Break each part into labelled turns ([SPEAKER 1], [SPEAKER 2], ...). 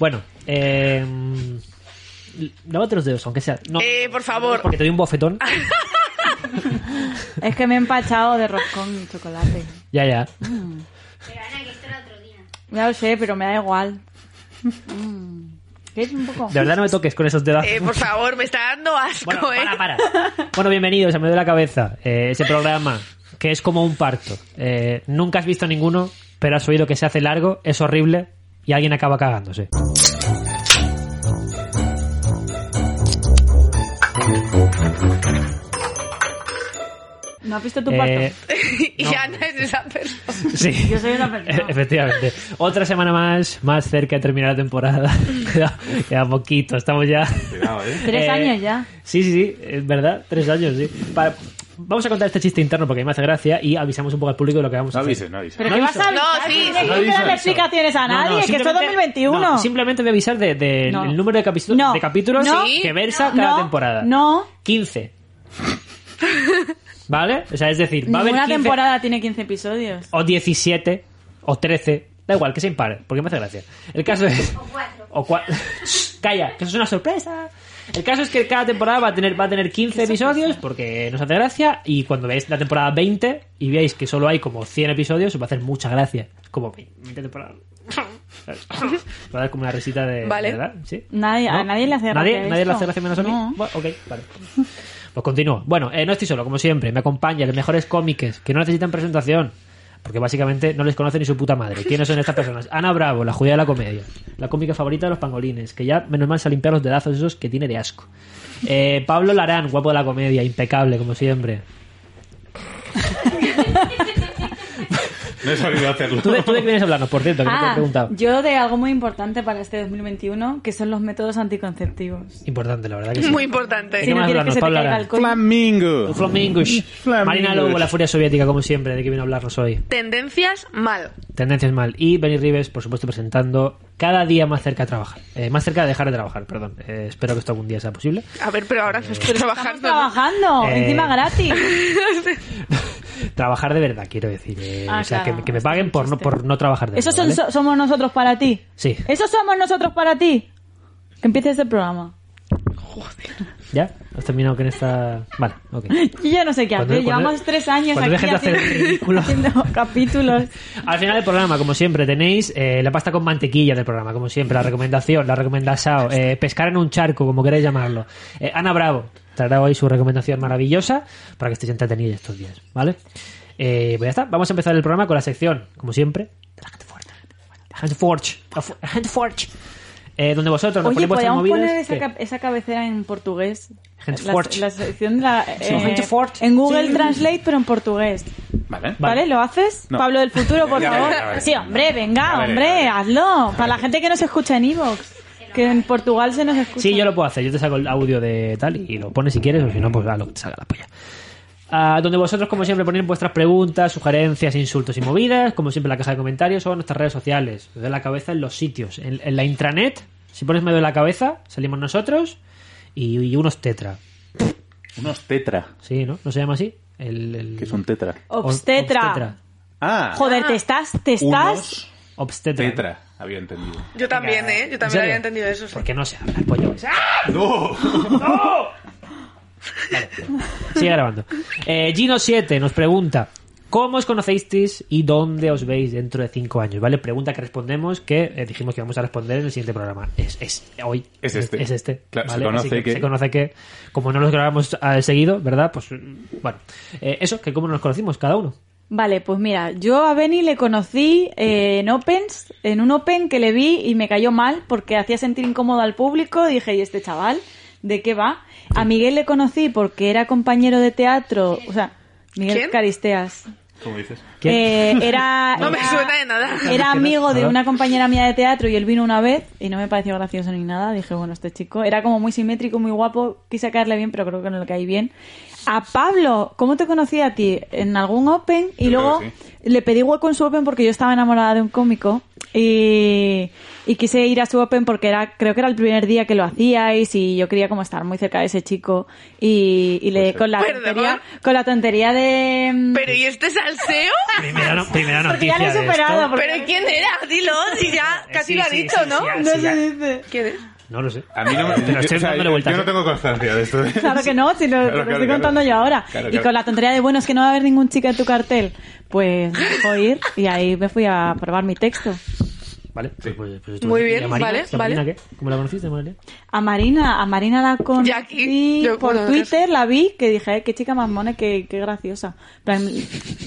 [SPEAKER 1] Bueno, eh, lávate los dedos, aunque sea. No,
[SPEAKER 2] Eh, por favor.
[SPEAKER 1] Porque te doy un bofetón.
[SPEAKER 3] Es que me he empachado de roscón y chocolate.
[SPEAKER 1] Ya, ya.
[SPEAKER 4] Pero Ana, que esto era otro día.
[SPEAKER 3] Ya lo sé, pero me da igual.
[SPEAKER 2] Mm.
[SPEAKER 3] ¿Qué es un poco?
[SPEAKER 1] De verdad no me toques con esos dedos.
[SPEAKER 2] Eh, por favor, me está dando asco,
[SPEAKER 1] Bueno,
[SPEAKER 2] ¿eh?
[SPEAKER 1] para, para. Bueno, bienvenidos a Me de la Cabeza, eh, ese programa que es como un parto. Eh, nunca has visto ninguno, pero has oído que se hace largo, es horrible y alguien acaba cagándose.
[SPEAKER 3] ¿No has visto tu
[SPEAKER 1] Eh,
[SPEAKER 3] parto?
[SPEAKER 2] Y Ana es esa persona.
[SPEAKER 1] sí.
[SPEAKER 3] Yo soy una
[SPEAKER 1] E-
[SPEAKER 3] persona.
[SPEAKER 1] Efectivamente. Otra semana más, más cerca de terminar la temporada. queda, queda poquito, estamos ya.
[SPEAKER 5] Cuidado, ¿eh?
[SPEAKER 3] Tres
[SPEAKER 1] Eh,
[SPEAKER 3] años ya.
[SPEAKER 1] Sí, sí, sí, es verdad, tres años, sí. Pa- Vamos a contar este chiste interno porque a mí me hace gracia y avisamos un poco al público de lo que vamos
[SPEAKER 5] No
[SPEAKER 1] a hacer.
[SPEAKER 5] avises, no avises.
[SPEAKER 3] ¿Pero
[SPEAKER 1] no
[SPEAKER 3] qué
[SPEAKER 1] he
[SPEAKER 3] vas a
[SPEAKER 1] visto.
[SPEAKER 2] No,
[SPEAKER 3] avisar?
[SPEAKER 2] sí,
[SPEAKER 3] Tienes
[SPEAKER 2] sí.
[SPEAKER 3] que
[SPEAKER 5] No he visto
[SPEAKER 3] darle
[SPEAKER 5] eso.
[SPEAKER 3] explicaciones a nadie, que esto es
[SPEAKER 1] simplemente-
[SPEAKER 3] 2021.
[SPEAKER 1] no, simplemente voy a avisar del de, del
[SPEAKER 3] No.
[SPEAKER 1] número de, capis-
[SPEAKER 3] No.
[SPEAKER 1] de capítulos
[SPEAKER 3] No.
[SPEAKER 1] que versa cada
[SPEAKER 3] No.
[SPEAKER 1] temporada.
[SPEAKER 3] No.
[SPEAKER 1] 15. ¿Vale? O sea, es decir, va a haber
[SPEAKER 3] Ninguna
[SPEAKER 1] 15
[SPEAKER 3] temporada tiene 15 episodios.
[SPEAKER 1] o 17 o 13. Da igual, que se impare, porque me hace gracia. El caso es...
[SPEAKER 4] O cuatro.
[SPEAKER 1] O cua- Shh, Calla, que eso es una sorpresa. El caso es que cada temporada va a tener, va a tener 15 episodios porque nos hace gracia y cuando veáis la temporada 20 y veáis que solo hay como 100 episodios os va a hacer mucha gracia. Como 20 temporadas. ¿Sabes? Os Va a dar como una risita de...
[SPEAKER 2] Vale.
[SPEAKER 1] ¿verdad? ¿Sí?
[SPEAKER 3] Nadie- a nadie le hace gracia
[SPEAKER 1] ¿Nadie, nadie le
[SPEAKER 3] esto.
[SPEAKER 1] hace gracia menos a mí?
[SPEAKER 3] No.
[SPEAKER 1] Bueno, ok, vale. Pues continúo. Bueno, eh, no estoy solo, como siempre. Me acompaña los mejores cómiques que no necesitan presentación. Porque básicamente no les conoce ni su puta madre. ¿Quiénes son estas personas? Ana Bravo, la judía de la comedia. La cómica favorita de los pangolines. Que ya, menos mal, se ha limpiado los dedazos esos que tiene de asco. Eh, Pablo Larán, guapo de la comedia. Impecable, como siempre.
[SPEAKER 5] No he sabido hacerlo.
[SPEAKER 1] ¿Tú de, tú de qué vienes a hablarnos, por cierto? Que no te he
[SPEAKER 3] Ah,
[SPEAKER 1] preguntado.
[SPEAKER 3] yo de algo muy importante para este 2021, que son los métodos anticonceptivos.
[SPEAKER 1] Importante, la verdad que sí.
[SPEAKER 2] Muy importante.
[SPEAKER 1] ¿De
[SPEAKER 3] Si
[SPEAKER 1] qué
[SPEAKER 3] no
[SPEAKER 1] más
[SPEAKER 3] quieres
[SPEAKER 1] hablamos,
[SPEAKER 3] que se te
[SPEAKER 1] Pablo
[SPEAKER 3] caiga
[SPEAKER 1] Arana?
[SPEAKER 3] el coño.
[SPEAKER 5] Flamingo.
[SPEAKER 1] Un Flamingush.
[SPEAKER 5] Flamingush.
[SPEAKER 1] Marina Lobo, la furia soviética, como siempre. ¿De qué viene a hablarnos hoy?
[SPEAKER 2] Tendencias mal.
[SPEAKER 1] Tendencias mal. Y Benny Rives, por supuesto, presentando cada día más cerca a trabajar. Eh, más cerca de dejar de trabajar, perdón. Eh, espero que esto algún día sea posible.
[SPEAKER 2] A ver, pero ahora no estoy
[SPEAKER 3] Estamos
[SPEAKER 2] trabajando. ¿no?
[SPEAKER 3] trabajando,
[SPEAKER 1] Eh,
[SPEAKER 3] encima gratis.
[SPEAKER 1] Trabajar de verdad, quiero decir. eh,
[SPEAKER 3] Ah,
[SPEAKER 1] o sea,
[SPEAKER 3] claro.
[SPEAKER 1] que, que me paguen por no, por no trabajar de
[SPEAKER 3] ¿Esos
[SPEAKER 1] verdad.
[SPEAKER 3] este. son-
[SPEAKER 1] ¿vale?
[SPEAKER 3] so- somos nosotros para ti?
[SPEAKER 1] Sí.
[SPEAKER 3] ¿Esos somos nosotros para ti? Que empiece este programa.
[SPEAKER 1] ¿Ya? ¿Has terminado con esta...? Vale, ok.
[SPEAKER 3] Yo ya no sé qué
[SPEAKER 1] Cuando-
[SPEAKER 3] hacer.
[SPEAKER 1] cuando-
[SPEAKER 3] Llevamos tres años
[SPEAKER 1] cuando
[SPEAKER 3] aquí
[SPEAKER 1] dejes de hacer
[SPEAKER 3] haciendo,
[SPEAKER 1] el ridículo.
[SPEAKER 3] haciendo capítulos.
[SPEAKER 1] Al final del programa, como siempre, tenéis eh, la pasta con mantequilla del programa, como siempre, la recomendación, la recomendación Sao, eh, pescar en un charco, como queréis llamarlo. Eh, Ana Bravo traerá hoy su recomendación maravillosa para que estéis entretenidos estos días, ¿vale? Eh, pues ya está, vamos a empezar el programa con la sección, como siempre, de la gente fuerte, la gente fuerte, la fu- la gente fuerte, eh, donde vosotros nos
[SPEAKER 3] Oye,
[SPEAKER 1] ponéis vuestras
[SPEAKER 3] podríamos
[SPEAKER 1] movidas.
[SPEAKER 3] poner esa,
[SPEAKER 1] ¿Qué?
[SPEAKER 3] cap- esa cabecera en portugués.
[SPEAKER 1] Gente
[SPEAKER 3] la,
[SPEAKER 1] forte.
[SPEAKER 3] la sección la, eh,
[SPEAKER 1] gente forte.
[SPEAKER 3] en Google
[SPEAKER 1] Sí.
[SPEAKER 3] Translate, pero en portugués.
[SPEAKER 5] Vale.
[SPEAKER 1] Vale.
[SPEAKER 3] ¿Vale? ¿Lo haces?
[SPEAKER 5] No.
[SPEAKER 3] Pablo del futuro, por
[SPEAKER 5] Ya,
[SPEAKER 3] favor.
[SPEAKER 5] ya, ya, ya.
[SPEAKER 3] Sí, hombre, venga,
[SPEAKER 5] A ver,
[SPEAKER 3] hombre,
[SPEAKER 5] a ver.
[SPEAKER 3] hazlo. Para la gente que nos escucha en Evox. Que en Portugal se nos escucha.
[SPEAKER 1] Sí, yo lo puedo hacer. Yo te saco el audio de tal y lo pones si quieres, o si no, pues a lo que te salga la polla. Ah, donde vosotros, como siempre, ponéis vuestras preguntas, sugerencias, insultos y movidas, como siempre, en la caja de comentarios o en nuestras redes sociales. Me doy la cabeza en los sitios. En, en la intranet, si pones me doy la cabeza, salimos nosotros y, y unos tetra.
[SPEAKER 5] Unos tetra.
[SPEAKER 1] ¿Sí, no? ¿No se llama así? El, el-
[SPEAKER 5] ¿Qué son tetra?
[SPEAKER 3] Obstetra.
[SPEAKER 5] Ah,
[SPEAKER 3] Joder, te estás, te estás.
[SPEAKER 5] unos
[SPEAKER 1] Obstetra.
[SPEAKER 5] tetra. Había entendido.
[SPEAKER 2] Yo también, ¿eh? Yo
[SPEAKER 1] ¿En
[SPEAKER 2] también
[SPEAKER 1] serio?
[SPEAKER 2] había entendido eso. sí.
[SPEAKER 1] Porque no se habla el pollo.
[SPEAKER 5] ¡No!
[SPEAKER 1] Sigue grabando. Eh, Gino7 nos pregunta: ¿Cómo os conocisteis y dónde os veis dentro de cinco años? ¿Vale? Pregunta que respondemos que eh, dijimos que vamos a responder en el siguiente programa. Es, es hoy.
[SPEAKER 5] Es este.
[SPEAKER 1] Es este.
[SPEAKER 5] Claro, se
[SPEAKER 1] ¿vale?
[SPEAKER 5] conoce
[SPEAKER 1] Así que,
[SPEAKER 5] que-
[SPEAKER 1] se conoce que, como no los grabamos eh, seguido, ¿verdad? Pues mm, bueno. Eh, eso, que cómo nos conocimos cada uno.
[SPEAKER 3] Vale, pues mira, yo a Benny le conocí eh, en Opens, en un Open que le vi y me cayó mal porque hacía sentir incómodo al público. Dije, ¿y este chaval? ¿De qué va? A Miguel le conocí porque era compañero de teatro, o sea, Miguel
[SPEAKER 2] ¿Quién?
[SPEAKER 3] Caristeas.
[SPEAKER 5] ¿Cómo dices?
[SPEAKER 1] ¿Qué?
[SPEAKER 3] Eh, era,
[SPEAKER 2] No me
[SPEAKER 1] Ah.
[SPEAKER 3] era-
[SPEAKER 2] suena de nada.
[SPEAKER 3] Era amigo de
[SPEAKER 1] Nada.
[SPEAKER 3] una compañera mía de teatro y él vino una vez y no me pareció gracioso ni nada. Dije, bueno, este chico era como muy simétrico, muy guapo. Quise caerle bien, pero creo que no le caí bien. A Pablo, ¿cómo te conocí a ti? En algún Open y
[SPEAKER 5] Yo
[SPEAKER 3] luego
[SPEAKER 5] creo
[SPEAKER 3] le pedí hueco en su Open porque yo estaba enamorada de un cómico y, y quise ir a su Open porque era creo que era el primer día que lo hacíais y yo quería como estar muy cerca de ese chico y, y
[SPEAKER 5] Pues
[SPEAKER 3] le, con, la
[SPEAKER 2] Perdón.
[SPEAKER 3] tontería, con la tontería de... mm,
[SPEAKER 2] Pero ¿y este salseo?
[SPEAKER 1] Primera, no- primera
[SPEAKER 3] Porque
[SPEAKER 1] noticia
[SPEAKER 3] ya lo he
[SPEAKER 1] de esto.
[SPEAKER 3] superado, porque-
[SPEAKER 2] ¿Pero quién era? Dilo, si ya
[SPEAKER 1] Eh,
[SPEAKER 2] casi
[SPEAKER 1] sí,
[SPEAKER 2] lo ha
[SPEAKER 1] sí,
[SPEAKER 2] dicho,
[SPEAKER 1] sí,
[SPEAKER 2] ¿no?
[SPEAKER 1] sí, ah,
[SPEAKER 3] no
[SPEAKER 1] sí, ya.
[SPEAKER 3] se dice.
[SPEAKER 2] ¿Quién es?
[SPEAKER 1] No lo sé.
[SPEAKER 5] A mí no me...
[SPEAKER 1] Pero
[SPEAKER 5] yo,
[SPEAKER 1] estoy
[SPEAKER 5] o sea,
[SPEAKER 1] dándole vueltas. ¿eh?
[SPEAKER 5] yo no tengo constancia de esto. ¿eh?
[SPEAKER 3] Claro que no, si lo,
[SPEAKER 5] Claro,
[SPEAKER 3] lo
[SPEAKER 5] claro,
[SPEAKER 3] estoy
[SPEAKER 5] claro.
[SPEAKER 3] contando yo ahora.
[SPEAKER 5] Claro,
[SPEAKER 3] y
[SPEAKER 5] claro.
[SPEAKER 3] con la tontería de, bueno, es que no va a haber ningún chica en tu cartel. Pues mejor ir y ahí me fui a probar mi texto.
[SPEAKER 1] Vale, pues, pues, pues,
[SPEAKER 2] Muy
[SPEAKER 1] ¿y a
[SPEAKER 2] bien,
[SPEAKER 1] Marina?
[SPEAKER 2] vale,
[SPEAKER 1] ¿Y a Marina
[SPEAKER 2] vale.
[SPEAKER 1] qué? ¿Cómo la conociste, María?
[SPEAKER 3] A Marina, a Marina la conocí
[SPEAKER 2] Jackie, yo-
[SPEAKER 3] por
[SPEAKER 2] bueno,
[SPEAKER 3] Twitter, la vi, que dije, "Ay, qué chica más mona, qué, qué graciosa. En plan,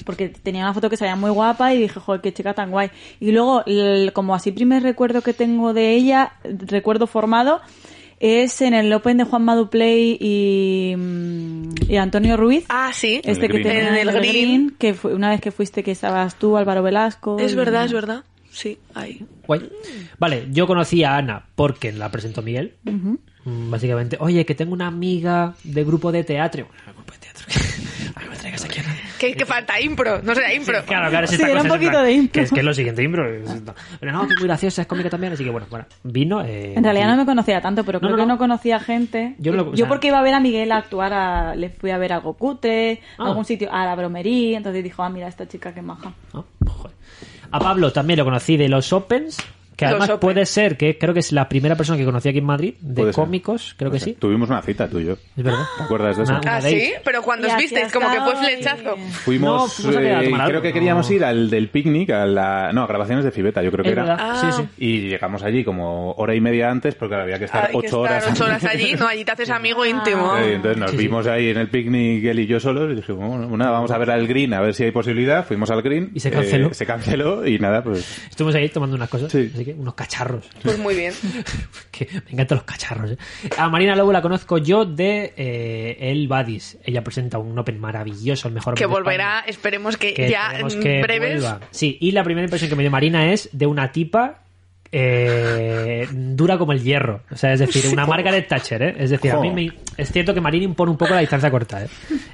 [SPEAKER 3] Porque tenía una foto que se veía muy guapa y dije, joder, qué chica tan guay. Y luego, el- como así primer recuerdo que tengo de ella, recuerdo formado, es en el Open de Juan Maduplay y, mm, y Antonio Ruiz.
[SPEAKER 2] Ah, sí.
[SPEAKER 5] Es-
[SPEAKER 3] Este que
[SPEAKER 5] green.
[SPEAKER 3] tenía
[SPEAKER 2] En el green.
[SPEAKER 3] que fue, una vez que fuiste que estabas tú, Álvaro Velasco.
[SPEAKER 2] Es
[SPEAKER 3] y-
[SPEAKER 2] verdad, es verdad. Sí, ahí.
[SPEAKER 1] Guay. Vale, yo conocí a Ana porque la presentó Miguel. Mm, Básicamente, oye, que tengo una amiga de grupo de teatro. Bueno, grupo de teatro. A ver, me traigas aquí a Ana.
[SPEAKER 2] Que, que falta impro, no será impro.
[SPEAKER 1] Claro, claro, es
[SPEAKER 3] Sí,
[SPEAKER 1] esta
[SPEAKER 3] era
[SPEAKER 1] cosa,
[SPEAKER 3] un
[SPEAKER 1] es en
[SPEAKER 3] poquito
[SPEAKER 1] plan,
[SPEAKER 3] de impro. Ah.
[SPEAKER 1] Que es que es lo siguiente impro. es- no. Pero no, que es muy graciosa, es cómica también, así que bueno, bueno vino. eh,
[SPEAKER 3] En realidad
[SPEAKER 1] y-
[SPEAKER 3] no me conocía tanto, pero
[SPEAKER 1] No,
[SPEAKER 3] creo
[SPEAKER 1] no,
[SPEAKER 3] que
[SPEAKER 1] no.
[SPEAKER 3] no conocía gente.
[SPEAKER 1] Yo
[SPEAKER 3] Yo,
[SPEAKER 1] lo- o sea-
[SPEAKER 3] porque iba a ver a Miguel a actuar, a- le fui a ver algo cutre,
[SPEAKER 1] Ah.
[SPEAKER 3] a algún sitio, a la bromería, entonces dijo, ah, mira esta chica que maja.
[SPEAKER 1] ¿no? Ah, Joder. A Pablo también lo conocí de los Opens, que
[SPEAKER 2] Los
[SPEAKER 1] además
[SPEAKER 2] Open.
[SPEAKER 1] puede ser que creo que es la primera persona que conocí aquí en Madrid de
[SPEAKER 5] Puede ser.
[SPEAKER 1] cómicos, creo que
[SPEAKER 5] O sea,
[SPEAKER 1] sí.
[SPEAKER 5] Tuvimos una cita tú y yo.
[SPEAKER 1] Es verdad.
[SPEAKER 5] ¿Te acuerdas de eso?
[SPEAKER 1] Una- una
[SPEAKER 2] Ah, sí,
[SPEAKER 1] date.
[SPEAKER 2] pero cuando
[SPEAKER 3] Y
[SPEAKER 2] os
[SPEAKER 3] así
[SPEAKER 2] visteis,
[SPEAKER 3] ha
[SPEAKER 2] como que fue
[SPEAKER 3] estado y-
[SPEAKER 2] flechazo.
[SPEAKER 1] No,
[SPEAKER 5] Fuimos,
[SPEAKER 1] fuimos a quedar a
[SPEAKER 5] eh,
[SPEAKER 1] tomar algo,
[SPEAKER 5] creo que
[SPEAKER 1] no.
[SPEAKER 5] queríamos ir al del picnic, a la, no, a grabaciones de Fibeta, yo creo que
[SPEAKER 1] Es
[SPEAKER 5] era.
[SPEAKER 1] verdad.
[SPEAKER 2] Ah.
[SPEAKER 1] Sí, sí.
[SPEAKER 5] Y llegamos allí como hora y media antes porque había que estar
[SPEAKER 2] Hay que
[SPEAKER 5] ocho horas.
[SPEAKER 2] estar ocho horas allí, no, allí te haces
[SPEAKER 1] Ah.
[SPEAKER 2] amigo íntimo.
[SPEAKER 5] Eh, entonces nos
[SPEAKER 1] Sí, sí.
[SPEAKER 5] vimos ahí en el picnic él y yo solos y dijimos, bueno, nada, vamos a ver al green, a ver si hay posibilidad. Fuimos al green. eh,
[SPEAKER 1] Y se canceló.
[SPEAKER 5] se canceló y nada, pues
[SPEAKER 1] Estuvimos ahí tomando unas cosas,
[SPEAKER 5] Sí.
[SPEAKER 1] así que unos cacharros.
[SPEAKER 2] Pues muy bien.
[SPEAKER 1] que me encantan los cacharros. ¿eh? A Marina Lobo la conozco yo de eh, El Badis. Ella presenta un Open maravilloso, el mejor
[SPEAKER 2] Que
[SPEAKER 1] Open de
[SPEAKER 2] volverá,
[SPEAKER 1] España.
[SPEAKER 2] esperemos que,
[SPEAKER 1] Que
[SPEAKER 2] ya
[SPEAKER 1] esperemos
[SPEAKER 2] en
[SPEAKER 1] que
[SPEAKER 2] breves.
[SPEAKER 1] vuelva. Sí, y la primera impresión que me dio Marina es de una tipa eh, dura como el hierro. O sea, es decir, una Margaret Thatcher, ¿eh? Es decir, a mí
[SPEAKER 5] Jo.
[SPEAKER 1] me- es cierto que Marina impone un poco la distancia corta, ¿eh?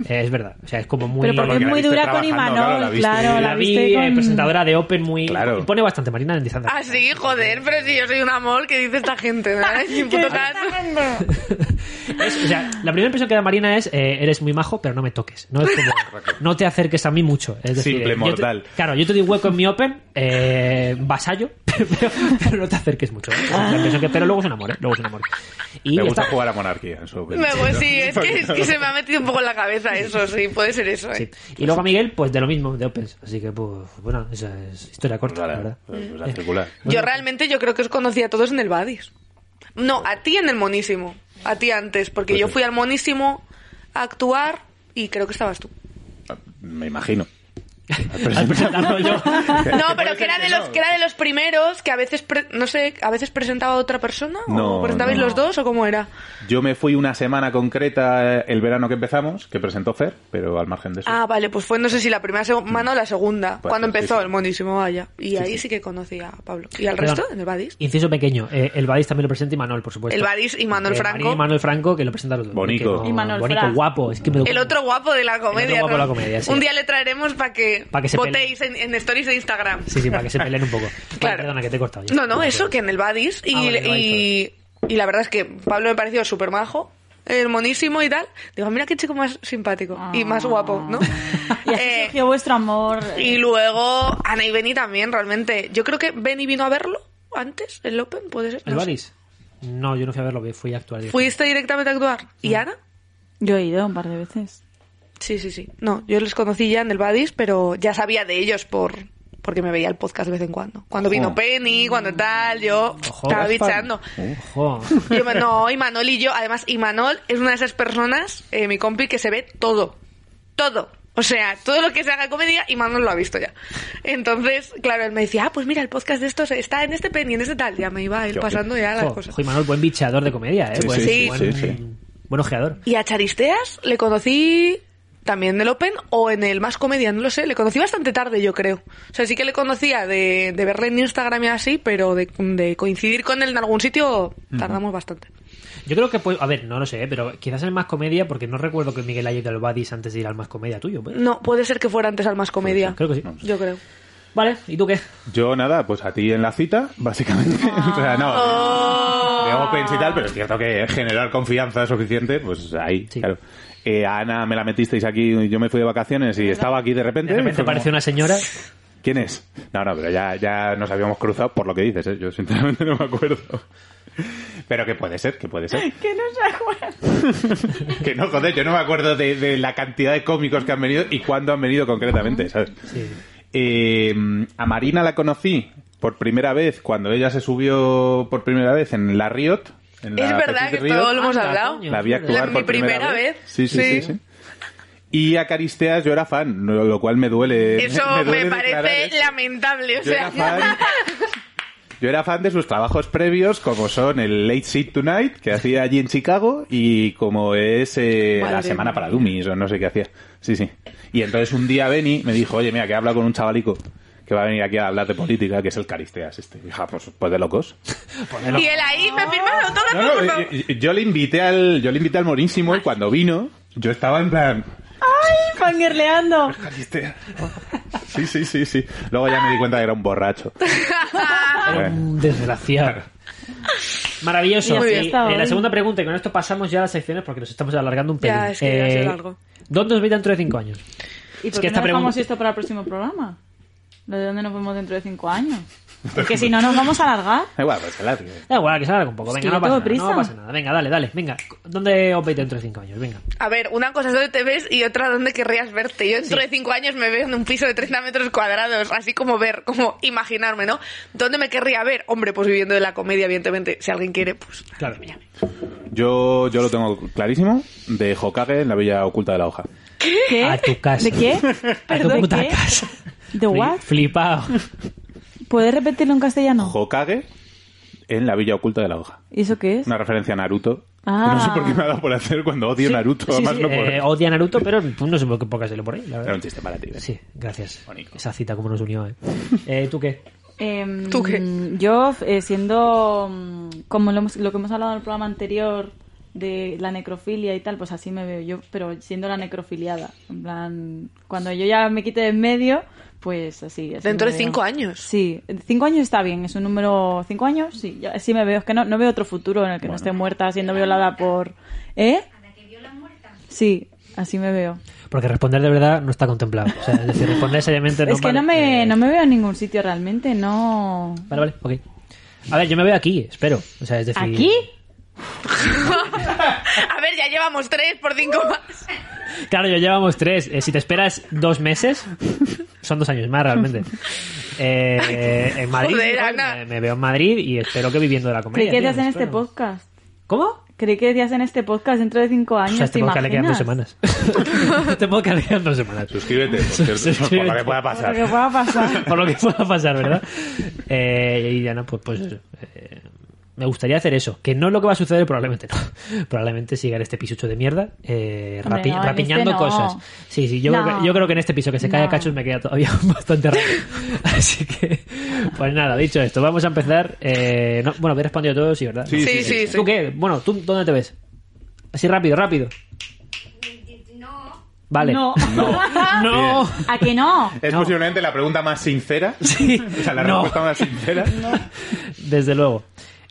[SPEAKER 1] Eh, Es verdad. O sea, es como muy...
[SPEAKER 3] pero porque
[SPEAKER 5] porque
[SPEAKER 3] es
[SPEAKER 5] la
[SPEAKER 3] muy
[SPEAKER 5] viste
[SPEAKER 3] dura con
[SPEAKER 5] trabajando, claro, la
[SPEAKER 3] Imanol,
[SPEAKER 5] viste-
[SPEAKER 3] claro,
[SPEAKER 1] la
[SPEAKER 3] la
[SPEAKER 1] vi,
[SPEAKER 3] viste
[SPEAKER 1] eh,
[SPEAKER 3] con...
[SPEAKER 1] presentadora de Open muy...
[SPEAKER 5] Claro.
[SPEAKER 1] Impone bastante Marina en distancia.
[SPEAKER 2] Ah, sí, joder, pero si yo soy un amor, ¿qué dice esta gente? ¿no? Y puto tal.
[SPEAKER 1] Es- o sea, la primera impresión que da Marina es eh, eres muy majo, pero no me toques. No es como, no te acerques a mí mucho. Es decir,
[SPEAKER 5] Simple
[SPEAKER 1] eh, yo te-
[SPEAKER 5] mortal.
[SPEAKER 1] claro, yo te di hueco en mi open, eh, vasallo, pero, pero no te acerques mucho. ¿eh? Esa es la impresión que- pero luego es un amor, ¿eh? luego es un amor. Y
[SPEAKER 5] me gusta
[SPEAKER 1] está-
[SPEAKER 5] jugar a monarquía. Eso,
[SPEAKER 2] Me voy, sí, es que, es que se me ha metido un poco en la cabeza eso, sí, puede ser eso,
[SPEAKER 1] sí.
[SPEAKER 2] ¿eh?
[SPEAKER 1] Y luego a Miguel, pues de lo mismo, de opens. Así que, pues, bueno, esa es historia corta, la verdad.
[SPEAKER 5] Pues a circular.
[SPEAKER 2] Yo realmente yo creo que os conocí a todos en el Badis. No, a ti en el Monísimo. A ti antes, porque
[SPEAKER 5] Pues
[SPEAKER 2] yo fui al Monísimo a actuar y creo que estabas tú.
[SPEAKER 5] Me imagino.
[SPEAKER 1] Claro, yo-
[SPEAKER 2] No, pero que era de los que era de los primeros que a veces pre- no sé, a veces presentaba a otra persona
[SPEAKER 5] No,
[SPEAKER 2] o presentabais
[SPEAKER 5] no.
[SPEAKER 2] los dos o cómo era.
[SPEAKER 5] Yo me fui una semana concreta eh, el verano que empezamos, que presentó Fer, pero al margen de eso.
[SPEAKER 2] Ah, vale, pues fue no sé si la primera semana o la segunda,
[SPEAKER 5] Pues,
[SPEAKER 2] cuando
[SPEAKER 5] sí,
[SPEAKER 2] empezó
[SPEAKER 5] sí.
[SPEAKER 2] el monísimo, vaya. Y ahí sí. que conocí a Pablo. ¿Y al
[SPEAKER 1] Perdón.
[SPEAKER 2] resto en el Badis?
[SPEAKER 1] Inciso pequeño. eh, el Badis también lo presenta y Manuel, por supuesto.
[SPEAKER 2] El Badis y Manuel
[SPEAKER 1] Eh,
[SPEAKER 2] Franco.
[SPEAKER 1] María Y Manuel Franco, que lo presenta los dos.
[SPEAKER 5] Bonico.
[SPEAKER 1] Que no-
[SPEAKER 3] Y Manuel
[SPEAKER 1] Bonico,
[SPEAKER 3] Fra.
[SPEAKER 1] guapo. Es que me lo-
[SPEAKER 2] El otro guapo de la comedia.
[SPEAKER 1] guapo de la
[SPEAKER 2] ¿no?
[SPEAKER 1] comedia, sí.
[SPEAKER 2] Un día le traeremos para que,
[SPEAKER 1] Pa' que se
[SPEAKER 2] votéis en, en stories de Instagram.
[SPEAKER 1] Sí, sí, para que se peleen un poco. Vale,
[SPEAKER 2] Claro.
[SPEAKER 1] perdona, que te he cortado. ya.
[SPEAKER 2] No, no, eso que en el Badis. Y,
[SPEAKER 1] Ah, vale, vale,
[SPEAKER 2] y, y la verdad es que Pablo me pareció súper majo, el monísimo y tal. Digo, mira qué chico más simpático y más guapo, ¿no?
[SPEAKER 1] Ah.
[SPEAKER 3] Y así
[SPEAKER 2] Eh,
[SPEAKER 3] surgió vuestro amor.
[SPEAKER 2] y luego Ana y Benny también, realmente. Yo creo que Benny vino a verlo antes, el Open, puede ser.
[SPEAKER 1] ¿El
[SPEAKER 2] No sé.
[SPEAKER 1] Badis? No, yo no fui a verlo, fui a actuar.
[SPEAKER 2] ¿Fuiste directamente a actuar? ¿Y Ana?
[SPEAKER 3] Yo he ido un par de veces.
[SPEAKER 2] Sí, sí, sí. No, yo les conocí ya en el Badis, pero ya sabía de ellos por porque me veía el podcast de vez en cuando. Cuando vino
[SPEAKER 5] Ojo.
[SPEAKER 2] Penny, cuando tal, yo
[SPEAKER 1] Ojo,
[SPEAKER 2] estaba
[SPEAKER 1] Gaspar.
[SPEAKER 2] bichando.
[SPEAKER 1] Ojo.
[SPEAKER 2] Yo me- no, Imanol y yo, además, Imanol es una de esas personas, eh, mi compi, que se ve todo. Todo. O sea, todo lo que se haga en comedia, Imanol lo ha visto ya. Entonces, claro, él me decía, ah, pues mira, el podcast de estos está en este Penny, en este tal. Ya me iba él
[SPEAKER 5] Yo-
[SPEAKER 2] pasando ya las
[SPEAKER 1] Ojo,
[SPEAKER 2] cosas.
[SPEAKER 1] ojo, y Manuel, buen bicheador de comedia, ¿eh?
[SPEAKER 5] Sí,
[SPEAKER 1] Buen-
[SPEAKER 5] sí,
[SPEAKER 1] buen,
[SPEAKER 5] sí, sí, sí.
[SPEAKER 1] buen ojeador.
[SPEAKER 2] Y a Charisteas le conocí también en el Open o en el Más Comedia, no lo sé. Le conocí bastante tarde, yo creo. O sea, sí que le conocía de, de verle en Instagram y así, pero de, de coincidir con él en algún sitio tardamos bastante.
[SPEAKER 1] Yo creo que puede. A ver, no lo sé, ¿eh? pero quizás el más comedia, porque no recuerdo que Miguel haya ido al Badis antes de ir al más comedia tuyo. pues.
[SPEAKER 2] No, puede ser que fuera antes al Más Comedia.
[SPEAKER 1] Creo que sí.
[SPEAKER 2] Yo creo.
[SPEAKER 1] Vale, ¿y tú qué?
[SPEAKER 5] Yo nada, pues a ti en la cita, básicamente. o sea,
[SPEAKER 2] Ah.
[SPEAKER 5] no. De Open y tal, pero es cierto que generar confianza suficiente, pues ahí,
[SPEAKER 1] Sí.
[SPEAKER 5] claro. Eh, a Ana me la metisteis aquí, yo me fui de vacaciones y estaba aquí de repente.
[SPEAKER 1] De repente
[SPEAKER 5] fue como,
[SPEAKER 1] aparece una señora.
[SPEAKER 5] ¿Quién es? No, no, pero ya, ya nos habíamos cruzado por lo que dices, ¿eh? yo sinceramente no me acuerdo. Pero que puede ser, que puede ser.
[SPEAKER 3] Que no se acuerda.
[SPEAKER 5] Que no, joder, yo no me acuerdo de, de la cantidad de cómicos que han venido y cuándo han venido concretamente, ¿sabes?
[SPEAKER 1] Sí.
[SPEAKER 5] Eh, a Marina la conocí por primera vez cuando ella se subió por primera vez en la Riot. En la
[SPEAKER 2] es verdad
[SPEAKER 5] Petit
[SPEAKER 2] que
[SPEAKER 5] Riot.
[SPEAKER 2] todo lo hemos
[SPEAKER 1] Anda,
[SPEAKER 2] hablado.
[SPEAKER 1] coño.
[SPEAKER 5] La vi actuar
[SPEAKER 2] La-
[SPEAKER 5] por
[SPEAKER 2] mi primera vez.
[SPEAKER 5] Sí, sí, sí. sí. Y a Caristeas yo era fan, lo lo cual me duele.
[SPEAKER 2] Eso me,
[SPEAKER 5] duele declarar
[SPEAKER 2] parece
[SPEAKER 5] eso.
[SPEAKER 2] lamentable. O
[SPEAKER 5] Yo era
[SPEAKER 2] sea,
[SPEAKER 5] fan. Yo era fan de sus trabajos previos, como son el Late Seat Tonight, que hacía allí en Chicago, y como es eh, la
[SPEAKER 2] Madre
[SPEAKER 5] semana
[SPEAKER 2] mía.
[SPEAKER 5] para Dummies, o no sé qué hacía. Sí, sí. Y entonces un día Benny me dijo, oye, mira, que habla con un chavalico que va a venir aquí a hablar de política, que es el Caristeas este. Y dije, "Ah, pues, pues de locos.
[SPEAKER 2] y él ahí me firma el autógrafo.
[SPEAKER 5] No, no,
[SPEAKER 2] por favor.
[SPEAKER 5] yo, yo le invité al, yo le invité al morísimo y cuando vino, yo estaba en plan,
[SPEAKER 3] Fangirleando.
[SPEAKER 5] "Caristeas". Sí, sí, sí, sí. Luego ya me di cuenta que era un borracho.
[SPEAKER 1] Era un desgraciado. Maravilloso.
[SPEAKER 3] Muy
[SPEAKER 1] Y,
[SPEAKER 3] bien.
[SPEAKER 1] eh, la segunda pregunta, y con esto pasamos ya a las secciones porque nos estamos alargando un pelín.
[SPEAKER 2] Ya, es que ya
[SPEAKER 1] Eh,
[SPEAKER 2] es largo.
[SPEAKER 1] ¿Dónde os veis dentro de cinco años?
[SPEAKER 3] ¿Y
[SPEAKER 1] Es
[SPEAKER 3] por
[SPEAKER 1] que
[SPEAKER 3] qué
[SPEAKER 1] esta
[SPEAKER 3] no dejamos
[SPEAKER 1] pregunta-
[SPEAKER 3] esto para el próximo programa? ¿Lo de dónde nos vemos dentro de cinco años? Porque si no nos vamos a alargar.
[SPEAKER 5] Da Igual, pues se la hace.
[SPEAKER 1] Da igual, que se alargue un poco.
[SPEAKER 3] Es
[SPEAKER 1] Venga,
[SPEAKER 3] que
[SPEAKER 1] no
[SPEAKER 3] yo
[SPEAKER 1] pasa,
[SPEAKER 3] tengo
[SPEAKER 1] nada,
[SPEAKER 3] prisa.
[SPEAKER 1] no pasa nada. Venga, dale, dale. Venga, ¿dónde os veis dentro de cinco años? Venga.
[SPEAKER 2] A ver, una cosa es dónde te ves y otra dónde querrías verte. Yo dentro de cinco años me veo en un piso de 30 metros cuadrados, así como ver, como imaginarme, ¿no? ¿Dónde me querría ver? Hombre, pues viviendo de la comedia, evidentemente. Si alguien quiere, pues...
[SPEAKER 1] Claro.
[SPEAKER 5] Yo, yo lo tengo clarísimo, de Hokage en la Villa Oculta de la Hoja.
[SPEAKER 3] ¿Qué?
[SPEAKER 1] ¿Eh? A tu casa.
[SPEAKER 3] ¿De qué?
[SPEAKER 1] A tu
[SPEAKER 3] ¿De
[SPEAKER 1] puta
[SPEAKER 3] qué?
[SPEAKER 1] casa.
[SPEAKER 3] ¿De
[SPEAKER 1] Fli-
[SPEAKER 3] what?
[SPEAKER 1] Flipao.
[SPEAKER 3] ¿Puedes repetirlo en castellano?
[SPEAKER 5] Hokage en la Villa Oculta de la Hoja.
[SPEAKER 3] ¿Y eso qué es?
[SPEAKER 5] Una referencia a Naruto.
[SPEAKER 3] Ah.
[SPEAKER 5] No sé por qué me ha dado por hacer cuando odio Naruto.
[SPEAKER 1] Sí,
[SPEAKER 5] además
[SPEAKER 1] sí,
[SPEAKER 5] no puedo.
[SPEAKER 1] eh, odia a Naruto, pero pues, no sé por qué pocas se lo por ahí, la
[SPEAKER 5] Era
[SPEAKER 1] verdad.
[SPEAKER 5] un chiste para ti. ¿eh?
[SPEAKER 1] Sí, gracias.
[SPEAKER 5] Bonito.
[SPEAKER 1] Esa cita como nos unió, ¿eh? Eh, ¿Tú qué?
[SPEAKER 3] Em,
[SPEAKER 2] ¿Tú qué?
[SPEAKER 3] Yo, eh, siendo mm, como lo, hemos- lo que hemos hablado en el programa anterior de la necrofilia y tal, pues así me veo yo, pero siendo la necrofiliada. En plan, cuando yo ya me quite de en medio, pues así. así
[SPEAKER 2] Dentro
[SPEAKER 3] me
[SPEAKER 2] de
[SPEAKER 3] veo.
[SPEAKER 2] cinco años.
[SPEAKER 3] Sí, cinco años está bien, es un número. ¿Cinco años? Sí, yo así me veo. Es que no, no veo otro futuro en el que no esté muerta siendo violada por. ¿Eh?
[SPEAKER 4] Hasta que violan muertas.
[SPEAKER 3] Sí, así me veo.
[SPEAKER 1] Porque responder de verdad no está contemplado. O sea, es decir, responder seriamente no
[SPEAKER 3] es que
[SPEAKER 1] vale.
[SPEAKER 3] no, me,
[SPEAKER 1] Eh,
[SPEAKER 3] no me veo en ningún sitio realmente, no.
[SPEAKER 1] Vale, vale, ok. A ver, yo me veo aquí, espero. O sea, es decir...
[SPEAKER 3] ¿Aquí?
[SPEAKER 2] A ver, ya llevamos tres por cinco más.
[SPEAKER 1] Claro, ya llevamos tres. Eh, si te esperas dos meses, son dos años más realmente. Eh, eh, en Madrid,
[SPEAKER 2] Joder,
[SPEAKER 1] igual,
[SPEAKER 2] Ana.
[SPEAKER 1] me, me veo en Madrid y espero que viviendo de la comedia.
[SPEAKER 3] ¿Qué
[SPEAKER 1] tío,
[SPEAKER 3] querías en
[SPEAKER 1] me
[SPEAKER 3] este
[SPEAKER 1] espero.
[SPEAKER 3] podcast?
[SPEAKER 1] ¿Cómo?
[SPEAKER 3] Creí que decías en este podcast dentro de cinco
[SPEAKER 1] O
[SPEAKER 3] años.
[SPEAKER 1] sea, este
[SPEAKER 3] ¿te
[SPEAKER 1] podcast le quedan dos
[SPEAKER 3] imaginas?
[SPEAKER 1] semanas. este podcast le quedan dos semanas.
[SPEAKER 5] Suscríbete, por cierto, por lo
[SPEAKER 1] Suscríbete.
[SPEAKER 5] que pueda
[SPEAKER 3] Por lo que
[SPEAKER 5] pasar.
[SPEAKER 3] pueda pasar.
[SPEAKER 1] Por lo que pueda pasar, ¿verdad? Eh, y ya no, pues, pues eso. Eh, me gustaría hacer eso. Que no es lo que va a suceder, probablemente no. Probablemente siga en este piso hecho de mierda, eh,
[SPEAKER 3] Hombre,
[SPEAKER 1] rapi-
[SPEAKER 3] no, en
[SPEAKER 1] rapiñando
[SPEAKER 3] este no.
[SPEAKER 1] cosas. Sí, sí, yo, creo
[SPEAKER 3] No.
[SPEAKER 1] que, yo creo que en este piso que se cae a
[SPEAKER 3] No.
[SPEAKER 1] cachos me queda todavía bastante rápido. Así que, pues nada, dicho esto, vamos a empezar. eh, no, bueno, habéis respondido todos, sí, ¿verdad?
[SPEAKER 5] Sí,
[SPEAKER 2] Sí, sí, sí.
[SPEAKER 1] ¿Tú qué? Bueno, ¿tú dónde te ves? Así rápido, rápido.
[SPEAKER 4] No.
[SPEAKER 1] Vale.
[SPEAKER 3] No.
[SPEAKER 1] No.
[SPEAKER 5] Bien.
[SPEAKER 3] ¿A que no?
[SPEAKER 5] Es posiblemente la pregunta más sincera.
[SPEAKER 1] Sí.
[SPEAKER 5] O sea, la
[SPEAKER 1] No.
[SPEAKER 5] respuesta más sincera.
[SPEAKER 1] Desde luego.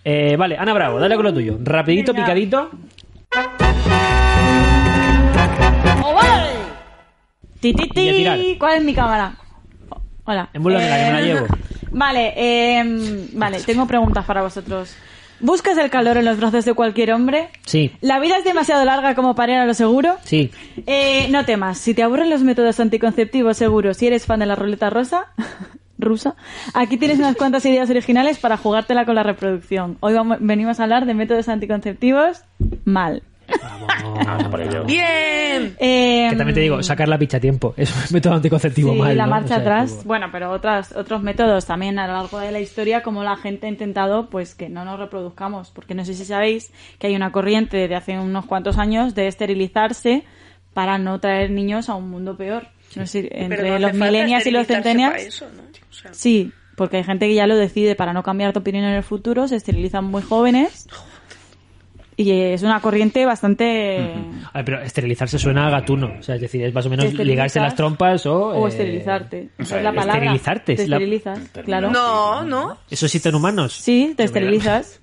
[SPEAKER 1] Eh, vale, Ana Bravo, dale con lo tuyo. Rapidito,
[SPEAKER 3] Venga.
[SPEAKER 1] picadito.
[SPEAKER 3] Ti, ti,
[SPEAKER 1] Y a
[SPEAKER 3] ti.
[SPEAKER 1] tirar.
[SPEAKER 3] ¿Cuál es mi cámara? O- Hola. Eh,
[SPEAKER 1] En Boulogne, la que me la llevo.
[SPEAKER 3] Vale, eh, vale, tengo preguntas para vosotros. ¿Buscas el calor en los brazos de cualquier hombre?
[SPEAKER 1] Sí.
[SPEAKER 3] ¿La vida es demasiado larga como para ir a lo seguro?
[SPEAKER 1] Sí.
[SPEAKER 3] Eh, no temas, si te aburren los métodos anticonceptivos seguros, si eres fan de la ruleta rosa, rusa, aquí tienes unas cuantas ideas originales para jugártela con la reproducción. Hoy vamos- venimos a hablar de métodos anticonceptivos mal.
[SPEAKER 1] Vamos.
[SPEAKER 5] por ello.
[SPEAKER 2] Bien.
[SPEAKER 3] Eh,
[SPEAKER 1] Que también te digo, sacar la picha a tiempo. Es un método anticonceptivo
[SPEAKER 3] sí,
[SPEAKER 1] mal.
[SPEAKER 3] la
[SPEAKER 1] ¿no?
[SPEAKER 3] marcha
[SPEAKER 1] O sea,
[SPEAKER 3] atrás.
[SPEAKER 1] como-
[SPEAKER 3] Bueno, pero otras, otros métodos también a lo largo de la historia, como la gente ha intentado pues que no nos reproduzcamos. Porque no sé si sabéis que hay una corriente de hace unos cuantos años de esterilizarse para no traer niños a un mundo peor. No sé, entre
[SPEAKER 2] no hace
[SPEAKER 3] los
[SPEAKER 2] falta
[SPEAKER 3] millennials y los
[SPEAKER 2] esterilizarse
[SPEAKER 3] centennials.
[SPEAKER 2] para eso, ¿no? O sea,
[SPEAKER 3] Sí, porque hay gente que ya lo decide para no cambiar de opinión en el futuro, se esterilizan muy jóvenes. Y es una corriente bastante.
[SPEAKER 1] Ay, pero esterilizarse suena a gatuno. O sea, es decir, es más o menos
[SPEAKER 3] Te esterilizas
[SPEAKER 1] ligarse las trompas o.
[SPEAKER 3] O
[SPEAKER 1] eh,
[SPEAKER 3] esterilizarte.
[SPEAKER 5] o
[SPEAKER 3] Esa
[SPEAKER 5] sea,
[SPEAKER 3] es la palabra.
[SPEAKER 1] esterilizarte
[SPEAKER 3] Te
[SPEAKER 1] es la-
[SPEAKER 3] esterilizas,
[SPEAKER 5] el término.
[SPEAKER 3] claro.
[SPEAKER 2] No, no.
[SPEAKER 1] ¿Eso existe en humanos?
[SPEAKER 3] Sí, te esterilizas.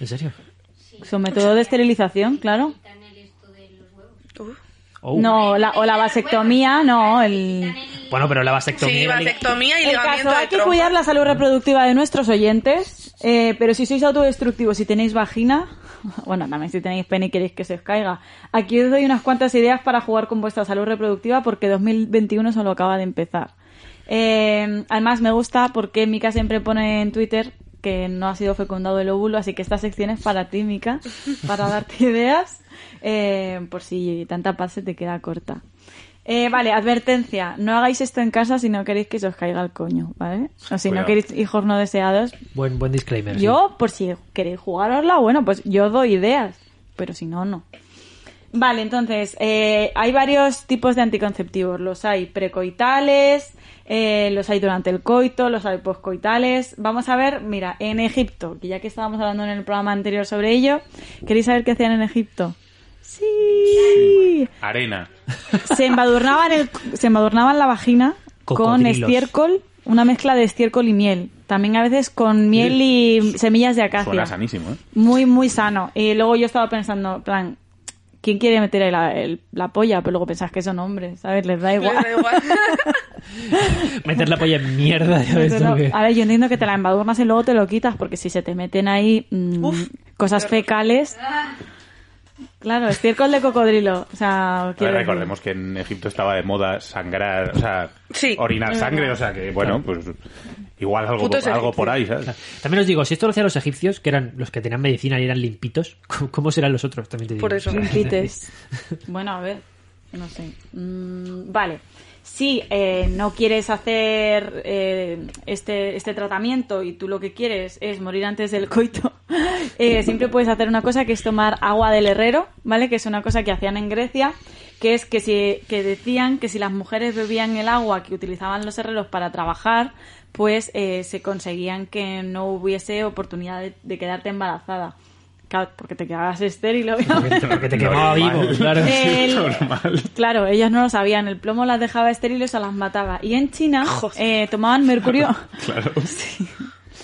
[SPEAKER 1] ¿En serio?
[SPEAKER 3] Son método de esterilización, claro.
[SPEAKER 2] Uf.
[SPEAKER 1] Oh.
[SPEAKER 3] No, la- o la vasectomía, no. El,
[SPEAKER 1] Bueno, pero la vasectomía.
[SPEAKER 2] Sí, vasectomía y
[SPEAKER 3] el
[SPEAKER 2] ligamiento
[SPEAKER 3] caso,
[SPEAKER 2] de
[SPEAKER 3] hay que
[SPEAKER 2] trompa.
[SPEAKER 3] cuidar la salud reproductiva de nuestros oyentes. eh, pero si sois autodestructivos y tenéis vagina, bueno, también si tenéis pene y queréis que se os caiga. Aquí os doy unas cuantas ideas para jugar con vuestra salud reproductiva porque 2021 solo acaba de empezar. Eh, además, me gusta porque Mika siempre pone en Twitter que no ha sido fecundado el óvulo, así que esta sección es para ti, Mika, para darte ideas, eh, por si tanta paz se te queda corta. Eh, vale, advertencia. No hagáis esto en casa si no queréis que se os caiga el coño, ¿vale? O si no
[SPEAKER 5] Cuidado.
[SPEAKER 3] queréis hijos no deseados.
[SPEAKER 1] Buen, buen disclaimer. sí.
[SPEAKER 3] Yo, por si queréis jugarosla, bueno, pues yo doy ideas. Pero si no, no. Vale, entonces, eh, hay varios tipos de anticonceptivos. Los hay precoitales, eh, los hay durante el coito, los hay poscoitales. Vamos a ver, mira, en Egipto, que ya que estábamos hablando en el programa anterior sobre ello, ¿queréis saber qué hacían en Egipto? sí.
[SPEAKER 5] Arena.
[SPEAKER 3] se embadurnaban el, se embadurnaban la vagina con
[SPEAKER 1] Cocodrilos.
[SPEAKER 3] estiércol, una mezcla de estiércol y miel. También a veces con miel y semillas de
[SPEAKER 5] Suena
[SPEAKER 3] acacia.
[SPEAKER 5] sanísimo, ¿eh?
[SPEAKER 3] Muy, muy sano. Y luego yo estaba pensando, en plan, ¿quién quiere meter ahí la, el- la polla? Pero luego pensás que son hombres, ¿sabes? Les da igual.
[SPEAKER 2] Les da igual.
[SPEAKER 1] Meter la polla en mierda, ya ves tú
[SPEAKER 3] Pero,
[SPEAKER 1] que-
[SPEAKER 3] a ver, yo entiendo que te la embadurnas y luego te lo quitas, porque si se te meten ahí mm,
[SPEAKER 2] Uf. Ah.
[SPEAKER 3] cosas fecales... Claro, estiércol de cocodrilo. O sea,
[SPEAKER 5] A ver,
[SPEAKER 3] quiero decir-
[SPEAKER 5] recordemos que en Egipto estaba de moda sangrar, o sea,
[SPEAKER 2] Sí.
[SPEAKER 5] orinar sangre, o sea que, bueno, pues igual algo,
[SPEAKER 2] Putos
[SPEAKER 5] algo
[SPEAKER 2] egipcios.
[SPEAKER 5] por ahí, ¿sabes?
[SPEAKER 1] También os digo, si esto lo hacían los egipcios, que eran los que tenían medicina y eran limpitos, ¿cómo- ¿cómo serán los otros? También te digo.
[SPEAKER 2] Por eso.
[SPEAKER 3] Limpites. bueno, a ver, no sé. Mm, vale. Si eh, no quieres hacer eh, este, este tratamiento y tú lo que quieres es morir antes del coito, eh, siempre puedes hacer una cosa que es tomar agua del herrero, ¿vale? Que es una cosa que hacían en Grecia, que es que, si, que decían que si las mujeres bebían el agua que utilizaban los herreros para trabajar, pues eh, se conseguían que no hubiese oportunidad de- de quedarte embarazada. Claro, porque te quedabas estéril, obviamente.
[SPEAKER 1] Porque te quemaba vivo,
[SPEAKER 5] Normal.
[SPEAKER 1] claro.
[SPEAKER 3] El-
[SPEAKER 5] Normal.
[SPEAKER 3] Claro, ellas no lo sabían. El plomo las dejaba estériles o las mataba. Y en China eh, tomaban mercurio,
[SPEAKER 5] Claro.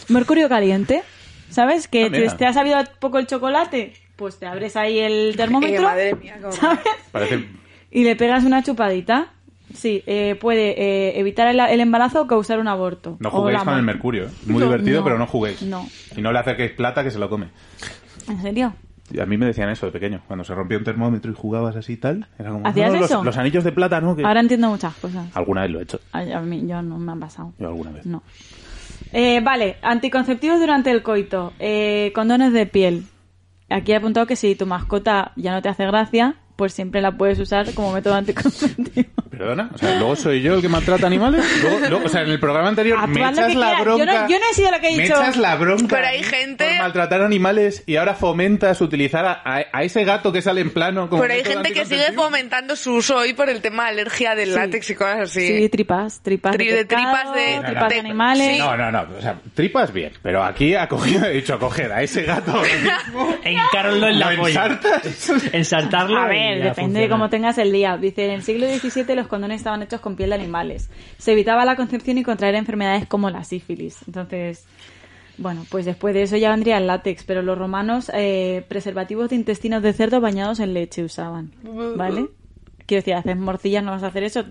[SPEAKER 3] mercurio caliente. ¿Sabes? Que
[SPEAKER 5] Ah, mira.
[SPEAKER 3] te, te ha sabido a poco el chocolate, pues te abres ahí el
[SPEAKER 2] Eh,
[SPEAKER 3] termómetro
[SPEAKER 2] madre mía, cómo-
[SPEAKER 5] Parece
[SPEAKER 3] y le pegas una chupadita. Sí, eh, puede eh, evitar el, el embarazo o causar un aborto.
[SPEAKER 5] No
[SPEAKER 3] O la
[SPEAKER 5] juguéis con el
[SPEAKER 3] muerte.
[SPEAKER 5] mercurio. ¿eh? Muy
[SPEAKER 3] No,
[SPEAKER 5] divertido,
[SPEAKER 3] no,
[SPEAKER 5] pero no juguéis.
[SPEAKER 3] no.
[SPEAKER 5] Y no le acerquéis plata que se lo come.
[SPEAKER 3] ¿En serio?
[SPEAKER 5] Y A mí me decían eso de pequeño. Cuando se rompía un termómetro y jugabas así y tal, era como.
[SPEAKER 3] ¿Hacías
[SPEAKER 5] "No, los-
[SPEAKER 3] eso?
[SPEAKER 5] Los, anillos de plata, ¿no? Que-".
[SPEAKER 3] Ahora entiendo muchas cosas.
[SPEAKER 5] Alguna vez lo he hecho.
[SPEAKER 3] A, a mí, yo no me han pasado.
[SPEAKER 5] Yo alguna vez.
[SPEAKER 3] No. Eh, vale, anticonceptivos durante el coito. Eh, condones de piel. Aquí he apuntado que si tu mascota ya no te hace gracia, pues siempre la puedes usar como método anticonceptivo.
[SPEAKER 5] Perdona, o sea, luego soy yo el que maltrata animales. Luego, luego- o sea, en el programa anterior
[SPEAKER 3] Ah, tú
[SPEAKER 5] me
[SPEAKER 3] haz lo
[SPEAKER 5] echas
[SPEAKER 3] que
[SPEAKER 5] la
[SPEAKER 3] quieras.
[SPEAKER 5] bronca.
[SPEAKER 3] Yo no- yo no he sido la que he
[SPEAKER 5] Me
[SPEAKER 3] dicho.
[SPEAKER 5] echas la bronca.
[SPEAKER 2] Pero hay gente-
[SPEAKER 5] Por maltratar animales y ahora fomentas utilizar a, a- a ese gato que sale en plano. Como
[SPEAKER 2] Pero hay
[SPEAKER 5] método
[SPEAKER 2] gente que sigue
[SPEAKER 5] anticonceptivo.
[SPEAKER 2] fomentando su uso hoy por el tema de alergia del látex y cosas así.
[SPEAKER 3] Sí, tripas, tripas.
[SPEAKER 2] Tri- de
[SPEAKER 3] pescado,
[SPEAKER 2] tripas de-
[SPEAKER 3] tripas de
[SPEAKER 2] de-
[SPEAKER 3] animales.
[SPEAKER 2] sí.
[SPEAKER 5] No, no, no. O sea, tripas bien. Pero aquí ha cogido, he dicho, coged a ese gato.
[SPEAKER 1] Encararlo en la
[SPEAKER 5] ¿Lo
[SPEAKER 1] polla.
[SPEAKER 5] ensartas?
[SPEAKER 1] Ensartarlo.
[SPEAKER 3] A
[SPEAKER 1] y
[SPEAKER 3] ver,
[SPEAKER 1] ya
[SPEAKER 3] depende de
[SPEAKER 1] funciona.
[SPEAKER 3] cómo tengas el día. Dice, en el siglo XVII los condones estaban hechos con piel de animales. Se evitaba la concepción y contraer enfermedades como la sífilis. Entonces, bueno, pues después de eso ya vendría el látex, pero los romanos eh, preservativos de intestinos de cerdo bañados en leche usaban, ¿vale? Quiero decir, haces morcillas, no vas a hacer eso.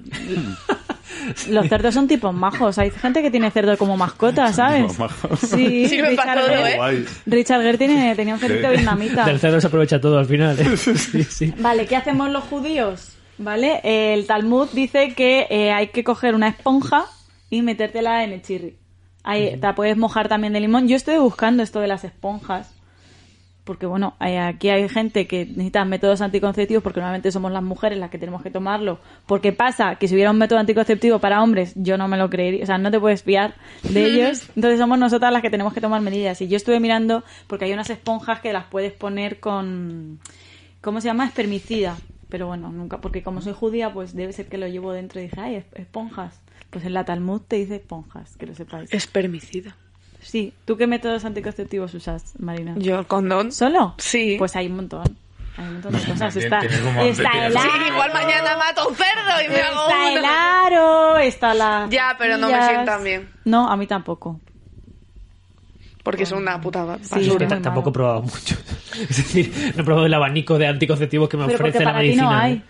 [SPEAKER 3] Los cerdos son tipos majos. Hay gente que tiene cerdo como mascota, ¿sabes?
[SPEAKER 5] tipos majos.
[SPEAKER 3] Sí,
[SPEAKER 2] Sí, me pasó
[SPEAKER 3] Richard
[SPEAKER 2] uno,
[SPEAKER 3] Gere-
[SPEAKER 2] ¿eh?
[SPEAKER 5] Guay.
[SPEAKER 3] Richard Gere tiene- tenía un cerdito
[SPEAKER 5] Sí.
[SPEAKER 3] vietnamita.
[SPEAKER 1] Del cerdo se aprovecha todo al final. ¿eh? Sí, sí.
[SPEAKER 3] Vale, ¿qué hacemos los judíos? ¿Vale? El Talmud dice que eh, hay que coger una esponja y metértela en el chirri. Ahí, te la puedes mojar también de limón. Yo estoy buscando esto de las esponjas. Porque bueno, hay- aquí hay gente que necesita métodos anticonceptivos porque normalmente somos las mujeres las que tenemos que tomarlo. Porque pasa que si hubiera un método anticonceptivo para hombres, yo no me lo creería. O sea, no te puedes fiar de ellos. Entonces somos nosotras las que tenemos que tomar medidas. Y yo estuve mirando porque hay unas esponjas que las puedes poner con... ¿Cómo se llama? Espermicida. Pero bueno, nunca, porque como soy judía, pues debe ser que lo llevo dentro y dije, ay, es- esponjas. Pues en la Talmud te dice esponjas, que lo sepáis.
[SPEAKER 2] Es permicida.
[SPEAKER 3] Sí, ¿tú qué métodos anticonceptivos usas, Marina?
[SPEAKER 2] Yo el condón.
[SPEAKER 3] ¿Solo?
[SPEAKER 2] Sí.
[SPEAKER 3] Pues hay un montón. Hay un montón de cosas.
[SPEAKER 6] También
[SPEAKER 3] Está,
[SPEAKER 6] tiene
[SPEAKER 3] está
[SPEAKER 6] como
[SPEAKER 3] el
[SPEAKER 6] anticonceptivos.
[SPEAKER 2] Sí,
[SPEAKER 3] aro.
[SPEAKER 2] igual mañana mato un cerdo y me hago
[SPEAKER 3] Está
[SPEAKER 2] uno.
[SPEAKER 3] el aro, está la.
[SPEAKER 2] Ya, pero no me
[SPEAKER 3] pastillas.
[SPEAKER 2] sientan bien.
[SPEAKER 3] No, a mí tampoco.
[SPEAKER 2] Porque es una puta ba-
[SPEAKER 3] Sí.
[SPEAKER 1] Yo es que
[SPEAKER 2] basura.
[SPEAKER 1] ta-
[SPEAKER 3] muy
[SPEAKER 1] tampoco he
[SPEAKER 3] malo.
[SPEAKER 1] probado mucho. Es decir, no he probado el abanico de anticonceptivos que me
[SPEAKER 3] Pero porque
[SPEAKER 1] ofrece la
[SPEAKER 3] para ti
[SPEAKER 1] medicina. ¿eh?
[SPEAKER 3] no hay.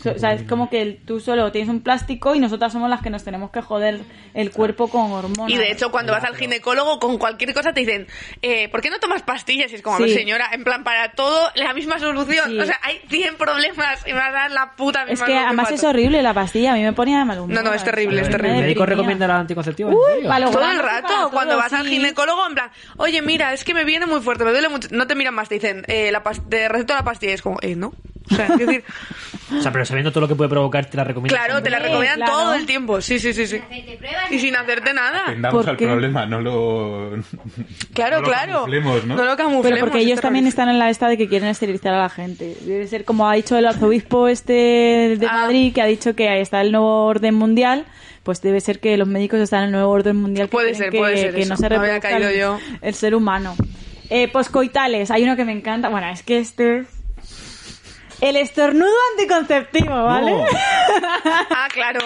[SPEAKER 3] So- O sea, es como que el- tú solo tienes un plástico y nosotras somos las que nos tenemos que joder el cuerpo con hormonas.
[SPEAKER 2] Y de hecho, cuando vas al ginecólogo con cualquier cosa te dicen, eh, ¿por qué no tomas pastillas? Y es como, a ver,
[SPEAKER 3] Sí.
[SPEAKER 2] señora, en plan, para todo la misma solución.
[SPEAKER 3] Sí.
[SPEAKER 2] O sea, hay 100 problemas y me vas a dar la puta misma
[SPEAKER 3] es que
[SPEAKER 2] luz
[SPEAKER 3] además
[SPEAKER 2] para
[SPEAKER 3] es
[SPEAKER 2] todo.
[SPEAKER 3] horrible la pastilla, a mí me ponía de mal humor.
[SPEAKER 2] No, no, es terrible, es
[SPEAKER 1] ¿El
[SPEAKER 2] terrible.
[SPEAKER 1] médico
[SPEAKER 3] Me
[SPEAKER 1] recomienda los anticonceptivos? ¿En
[SPEAKER 3] Uy,
[SPEAKER 1] serio?
[SPEAKER 3] para los
[SPEAKER 2] Todo el
[SPEAKER 3] granos y
[SPEAKER 2] rato,
[SPEAKER 3] para todo,
[SPEAKER 2] cuando vas al
[SPEAKER 3] sí.
[SPEAKER 2] ginecólogo, en plan, oye, mira, es que me viene muy fuerte, me duele mucho. No te miran más, te dicen, eh, la pas- te receto la pastilla. Y es como, eh, no. O sea, es decir,
[SPEAKER 1] O sea, pero sabiendo todo lo que puede provocar, te la recomiendo.
[SPEAKER 2] claro, te la
[SPEAKER 3] Hombre,
[SPEAKER 2] recomiendan
[SPEAKER 3] claro.
[SPEAKER 2] todo el tiempo. Sí, sí, sí, sí.
[SPEAKER 4] hacerte pruebas,
[SPEAKER 2] Y sin hacerte nada.
[SPEAKER 5] Tendamos
[SPEAKER 3] ¿Por
[SPEAKER 5] al
[SPEAKER 3] qué?
[SPEAKER 5] problema, no lo.
[SPEAKER 2] Claro,
[SPEAKER 5] no lo
[SPEAKER 2] claro.
[SPEAKER 5] camuflemos, ¿no?
[SPEAKER 2] lo camuflemos.
[SPEAKER 3] Pero porque
[SPEAKER 2] es
[SPEAKER 3] ellos también
[SPEAKER 2] terrorismo.
[SPEAKER 3] están en la esta de que quieren esterilizar a la gente. Debe ser como ha dicho el arzobispo este de
[SPEAKER 2] Ah.
[SPEAKER 3] Madrid, que ha dicho que ahí está el nuevo orden mundial. Pues debe ser que los médicos están en el nuevo orden mundial. que
[SPEAKER 2] Puede
[SPEAKER 3] quieren
[SPEAKER 2] ser,
[SPEAKER 3] que,
[SPEAKER 2] puede ser
[SPEAKER 3] que
[SPEAKER 2] eso.
[SPEAKER 3] no se
[SPEAKER 2] Había
[SPEAKER 3] reproduzca
[SPEAKER 2] caído
[SPEAKER 3] el,
[SPEAKER 2] yo.
[SPEAKER 3] el ser humano. Eh, poscoitales, hay uno que me encanta. Bueno, es que este es... El estornudo anticonceptivo, ¿vale?
[SPEAKER 5] No.
[SPEAKER 2] Ah, claro.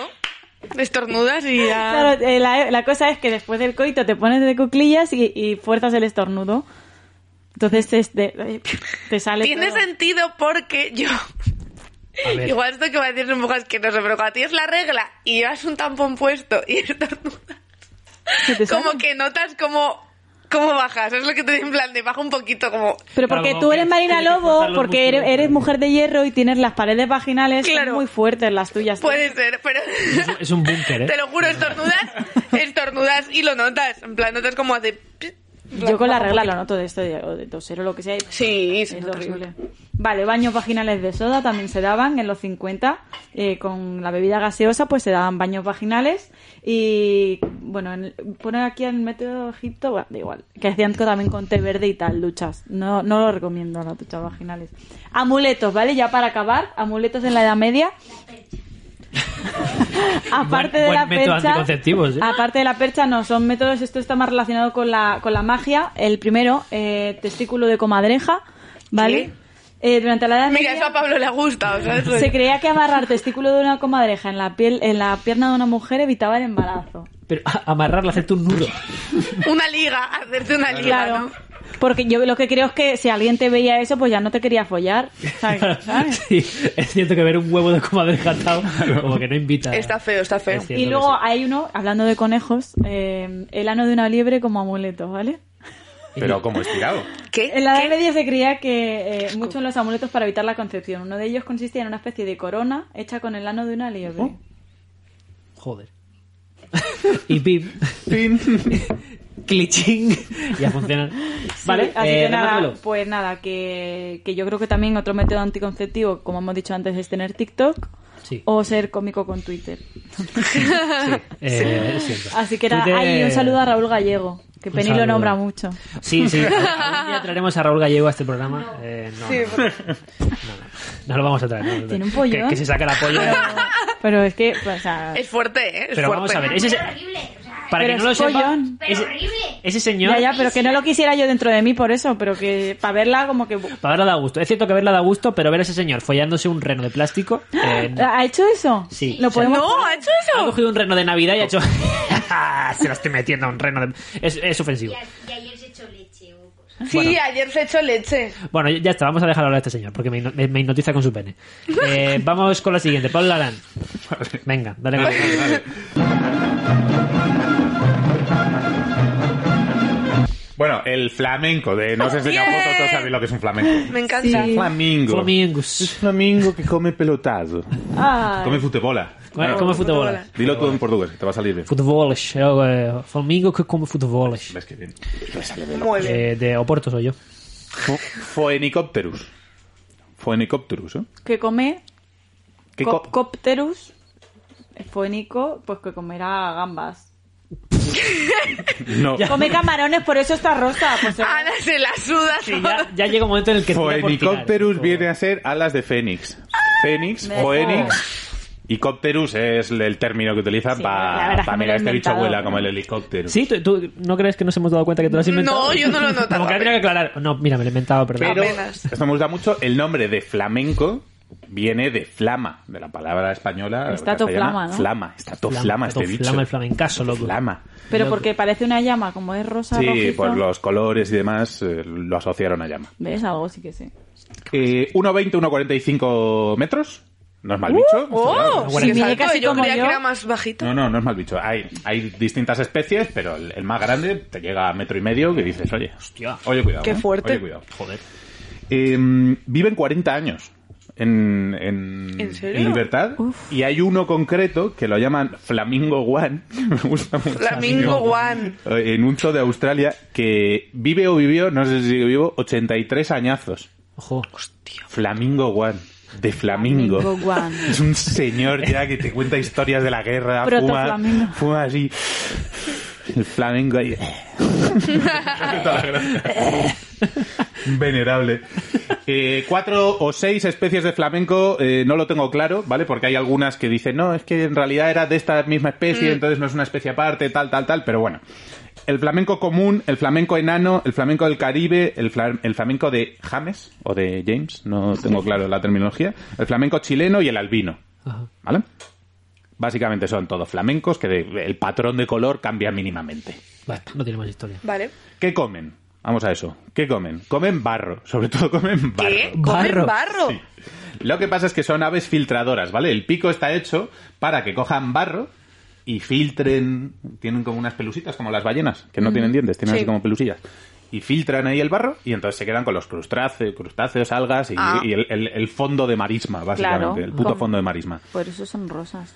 [SPEAKER 2] Estornudas y ya.
[SPEAKER 3] Claro, eh, la, la cosa es que después del coito te pones de cuclillas y, y fuerzas el estornudo. Entonces este, te sale.
[SPEAKER 2] Tiene
[SPEAKER 3] todo.
[SPEAKER 2] sentido porque yo.
[SPEAKER 1] A ver.
[SPEAKER 2] Igual esto que va a decir es un poco asqueroso, pero cuando tienes la regla y llevas un tampón puesto y estornudas,
[SPEAKER 3] Se te sale.
[SPEAKER 2] como que notas como. ¿Cómo bajas? Es lo que te digo en plan de baja un poquito, como.
[SPEAKER 3] Pero porque
[SPEAKER 1] Claro,
[SPEAKER 3] tú
[SPEAKER 1] que
[SPEAKER 3] eres Marina
[SPEAKER 1] tienes que
[SPEAKER 3] Lobo,
[SPEAKER 1] forzar los
[SPEAKER 3] porque
[SPEAKER 1] músculos.
[SPEAKER 3] eres, eres mujer de hierro y tienes las paredes vaginales
[SPEAKER 2] Claro.
[SPEAKER 3] muy fuertes las tuyas.
[SPEAKER 2] Puede ser, pero.
[SPEAKER 1] Es un- Es un búnker, ¿eh?
[SPEAKER 2] Te lo juro, estornudas, estornudas y lo notas. En plan, notas como hace.
[SPEAKER 3] Yo con la regla lo noto de esto, de, o de tosero, lo que sea. y-
[SPEAKER 2] Sí,
[SPEAKER 3] Es
[SPEAKER 2] sí, notas.
[SPEAKER 3] horrible. Vale, baños vaginales de soda también se daban en los 50. eh, con la bebida gaseosa, pues se daban baños vaginales. Y bueno, en el- poner aquí el método Egipto, bueno, da igual. Que hacían co- también con té verde y tal, duchas. No, no lo recomiendo las duchas vaginales. Amuletos, ¿vale? Ya para acabar, amuletos en la Edad Media. aparte
[SPEAKER 1] Buen-
[SPEAKER 3] de
[SPEAKER 1] buen
[SPEAKER 3] la
[SPEAKER 1] método
[SPEAKER 3] percha,
[SPEAKER 1] anticonceptivo, sí.
[SPEAKER 3] aparte de la percha, no, son métodos, esto está más relacionado con la, con la magia. El primero, eh, testículo de comadreja, ¿vale? Eh, durante la edad
[SPEAKER 2] Mira,
[SPEAKER 3] Media-
[SPEAKER 2] eso a Pablo le gusta, o sea, eso-
[SPEAKER 3] se creía que amarrar testículo de una comadreja en la piel, en la pierna de una mujer evitaba el embarazo.
[SPEAKER 1] Pero a- amarrarla, hacerte un nudo.
[SPEAKER 2] Una liga, hacerte una liga,
[SPEAKER 3] Claro.
[SPEAKER 2] ¿no?
[SPEAKER 3] Porque yo lo que creo es que si alguien te veía eso, pues ya no te quería follar. ¿sabes? ¿Sabes?
[SPEAKER 1] Sí, es cierto que ver un huevo de comadre atado como que no invita.
[SPEAKER 2] Está feo, está feo.
[SPEAKER 1] Es cierto
[SPEAKER 3] Y
[SPEAKER 1] que
[SPEAKER 3] luego
[SPEAKER 1] sí.
[SPEAKER 3] hay uno, hablando de conejos, eh, el ano de una liebre como amuleto, ¿vale?
[SPEAKER 5] Pero como estirado.
[SPEAKER 2] ¿Qué?
[SPEAKER 3] En la Edad
[SPEAKER 2] Eh, ¿Qué?
[SPEAKER 3] Media se creía que eh, muchos los amuletos para evitar la concepción. Uno de ellos consistía en una especie de corona hecha con el ano de una liebre.
[SPEAKER 1] Oh, Joder. y pim,
[SPEAKER 5] Fin.
[SPEAKER 1] clichín, ya funciona. Vale,
[SPEAKER 3] Sí, así
[SPEAKER 1] eh,
[SPEAKER 3] que nada,
[SPEAKER 1] remátalo.
[SPEAKER 3] pues nada, que, que yo creo que también otro método anticonceptivo, como hemos dicho antes, es tener TikTok
[SPEAKER 1] Sí.
[SPEAKER 3] o ser cómico con Twitter.
[SPEAKER 1] Eh, es cierto.
[SPEAKER 3] Así que nada,
[SPEAKER 1] Tú te-
[SPEAKER 3] ahí un saludo a Raúl Gallego, que
[SPEAKER 1] Un
[SPEAKER 3] Penny
[SPEAKER 1] saludo.
[SPEAKER 3] lo nombra mucho.
[SPEAKER 1] Sí, sí. Algún día traeremos a Raúl Gallego a este programa. Eh, no, no, no, no, no. No lo vamos a traer. no, no.
[SPEAKER 3] Tiene un pollo.
[SPEAKER 1] Que, que se saca la
[SPEAKER 3] Pero,
[SPEAKER 1] polla.
[SPEAKER 3] pero es que, pues, o sea,
[SPEAKER 2] Es fuerte, ¿eh? Es
[SPEAKER 1] Pero
[SPEAKER 2] fuerte.
[SPEAKER 1] vamos a ver, ese,
[SPEAKER 4] Pero
[SPEAKER 1] se-
[SPEAKER 4] horrible. O sea,
[SPEAKER 1] para
[SPEAKER 3] Pero
[SPEAKER 1] que no lo
[SPEAKER 3] es
[SPEAKER 1] sepa,
[SPEAKER 3] pollón.
[SPEAKER 4] pero
[SPEAKER 1] ese,
[SPEAKER 4] horrible.
[SPEAKER 1] ese señor
[SPEAKER 3] ya, ya, pero que no lo quisiera yo dentro de mí por eso, pero que para verla como que...
[SPEAKER 1] Para verla da gusto. Es cierto que verla da gusto, pero ver a ese señor follándose un reno de plástico. eh, no.
[SPEAKER 3] ¿Ha hecho eso?
[SPEAKER 1] Sí.
[SPEAKER 3] Lo podemos...
[SPEAKER 2] No, ¡Oh, ha hecho
[SPEAKER 1] Ha
[SPEAKER 2] eso.
[SPEAKER 1] cogido un reno de Navidad y ha hecho. se lo estoy metiendo a un reno de. Es, es
[SPEAKER 4] Y,
[SPEAKER 1] ofensivo.
[SPEAKER 4] a- y ayer se echó leche o cosas.
[SPEAKER 2] Sí,
[SPEAKER 1] Bueno.
[SPEAKER 2] ayer se echó leche.
[SPEAKER 1] Bueno, ya está, vamos a dejar hablar a este señor porque me, hipno- me- me hipnotiza con su pene. Eh, vamos con la siguiente, Pablo Larán. Venga, dale con
[SPEAKER 5] Bueno, el flamenco de no os he enseñado
[SPEAKER 2] Bien.
[SPEAKER 5] fotos, todos sabéis lo que es un flamenco.
[SPEAKER 2] Me encanta.
[SPEAKER 3] Sí.
[SPEAKER 5] Flamingo. Es
[SPEAKER 1] Flamingos.
[SPEAKER 5] flamingo que come pelotazo.
[SPEAKER 3] Ay.
[SPEAKER 5] Come futebola.
[SPEAKER 1] Come, come futebola.
[SPEAKER 5] Dilo tú en portugués, que te va a salir bien.
[SPEAKER 1] Futeboles. eu, eh, Flamingos que come futeboles.
[SPEAKER 5] ¿Ves que bien?
[SPEAKER 2] Muy bien.
[SPEAKER 1] Eh, de Oporto soy yo.
[SPEAKER 5] Fo- Foenicopterus. Foenicopterus, ¿eh?
[SPEAKER 3] que come
[SPEAKER 5] ¿Qué
[SPEAKER 3] cop-
[SPEAKER 5] cop-
[SPEAKER 3] copterus fónico, pues que comerá gambas.
[SPEAKER 5] No.
[SPEAKER 3] Come camarones, por eso está rosa. Pues, eh,
[SPEAKER 2] Ana se la suda.
[SPEAKER 5] Pues
[SPEAKER 1] Ya, ya llega un momento en el que. tira por tirar.
[SPEAKER 5] Foenicopterus viene a ser alas de fénix. Fénix,
[SPEAKER 3] Me dejo-
[SPEAKER 5] Phoenix. Y Copterus es el término que utilizan
[SPEAKER 3] Sí, la verdad es
[SPEAKER 5] para
[SPEAKER 3] que me lo
[SPEAKER 5] mirar
[SPEAKER 3] he
[SPEAKER 5] este bicho
[SPEAKER 3] inventado.
[SPEAKER 5] vuela como el helicóptero.
[SPEAKER 1] Sí, ¿Tú, tú no crees que nos hemos dado cuenta que te lo has inventado?
[SPEAKER 2] No, yo no lo he notado.
[SPEAKER 1] Como que tenía que aclarar. No, mira, me lo he inventado, perdón.
[SPEAKER 5] Pero
[SPEAKER 2] Apenas.
[SPEAKER 5] esto me gusta mucho. El nombre de flamenco viene de flama, de la palabra española.
[SPEAKER 3] Estatoflama,
[SPEAKER 5] castellana,
[SPEAKER 3] ¿no?
[SPEAKER 5] Flama, estatoflama
[SPEAKER 1] Flama,
[SPEAKER 5] este bicho.
[SPEAKER 1] Flama, el flamencaso, loco.
[SPEAKER 5] Flama.
[SPEAKER 3] Pero porque parece una llama, como es rosa,
[SPEAKER 5] Sí,
[SPEAKER 3] rojizo.
[SPEAKER 5] pues los colores y demás eh, lo asociaron a llama.
[SPEAKER 3] ¿Ves? Algo sí que sí.
[SPEAKER 5] Eh, 1,20, 1,45 metros. No es
[SPEAKER 3] Uh,
[SPEAKER 5] mal bicho.
[SPEAKER 2] ¡Oh!
[SPEAKER 1] Bueno,
[SPEAKER 2] sí que
[SPEAKER 1] si
[SPEAKER 2] es
[SPEAKER 3] mide
[SPEAKER 2] alto,
[SPEAKER 3] casi
[SPEAKER 2] yo
[SPEAKER 3] como
[SPEAKER 2] creía
[SPEAKER 3] yo.
[SPEAKER 2] que era más bajito.
[SPEAKER 5] No, no, no es mal bicho. Hay, hay distintas especies, pero el, el más grande te llega a metro y medio que dices, oye,
[SPEAKER 1] Hostia.
[SPEAKER 5] oye, cuidado.
[SPEAKER 2] Qué
[SPEAKER 5] ¿eh?
[SPEAKER 2] fuerte.
[SPEAKER 5] Oye, cuidado.
[SPEAKER 1] Joder.
[SPEAKER 5] Eh, viven 40 años en, en,
[SPEAKER 2] ¿En serio?
[SPEAKER 5] en libertad. Y hay uno concreto que lo llaman Flamingo One. que Me gusta mucho.
[SPEAKER 2] Flamingo One.
[SPEAKER 5] Eh, En un zoo de Australia que vive o vivió, no sé si sigue vivo, 83 añazos.
[SPEAKER 1] Ojo.
[SPEAKER 5] Flamingo One. De Flamingo.
[SPEAKER 3] Flamingo One.
[SPEAKER 5] Es un señor ya que te cuenta historias de la guerra, fuma,
[SPEAKER 3] Protoflamingo.
[SPEAKER 5] fuma así. El Flamingo ahí. Venerable. Eh, cuatro o seis especies de flamenco, eh, no lo tengo claro, ¿vale? Porque hay algunas que dicen, no, es que en realidad era de esta misma especie,
[SPEAKER 3] Mm.
[SPEAKER 5] entonces no es una especie aparte, tal, tal, tal, pero bueno. El flamenco común, el flamenco enano, el flamenco del Caribe, el, fla- el flamenco de James o de James, no tengo claro la terminología, el flamenco chileno y el albino,
[SPEAKER 1] Ajá.
[SPEAKER 5] ¿vale? Básicamente son todos flamencos que de- el patrón de color cambia mínimamente.
[SPEAKER 1] Vale, no tiene más historia.
[SPEAKER 2] Vale.
[SPEAKER 5] ¿Qué comen? Vamos a eso. ¿Qué comen? Comen barro. Sobre todo comen barro.
[SPEAKER 2] ¿Qué? ¿Comen
[SPEAKER 1] Barro.
[SPEAKER 2] barro?
[SPEAKER 5] Lo que pasa es que son aves filtradoras, ¿vale? El pico está hecho para que cojan barro y filtren. Tienen como unas pelusitas, como las ballenas, que no tienen dientes, tienen
[SPEAKER 2] Sí.
[SPEAKER 5] así como pelusillas. Y filtran ahí el barro y entonces se quedan con los crustáceos, crustáceos algas y,
[SPEAKER 2] Ah.
[SPEAKER 5] y el, el- el fondo de marisma, básicamente.
[SPEAKER 3] Claro.
[SPEAKER 5] El puto
[SPEAKER 3] Con-
[SPEAKER 5] fondo de marisma.
[SPEAKER 3] Por eso son rosas.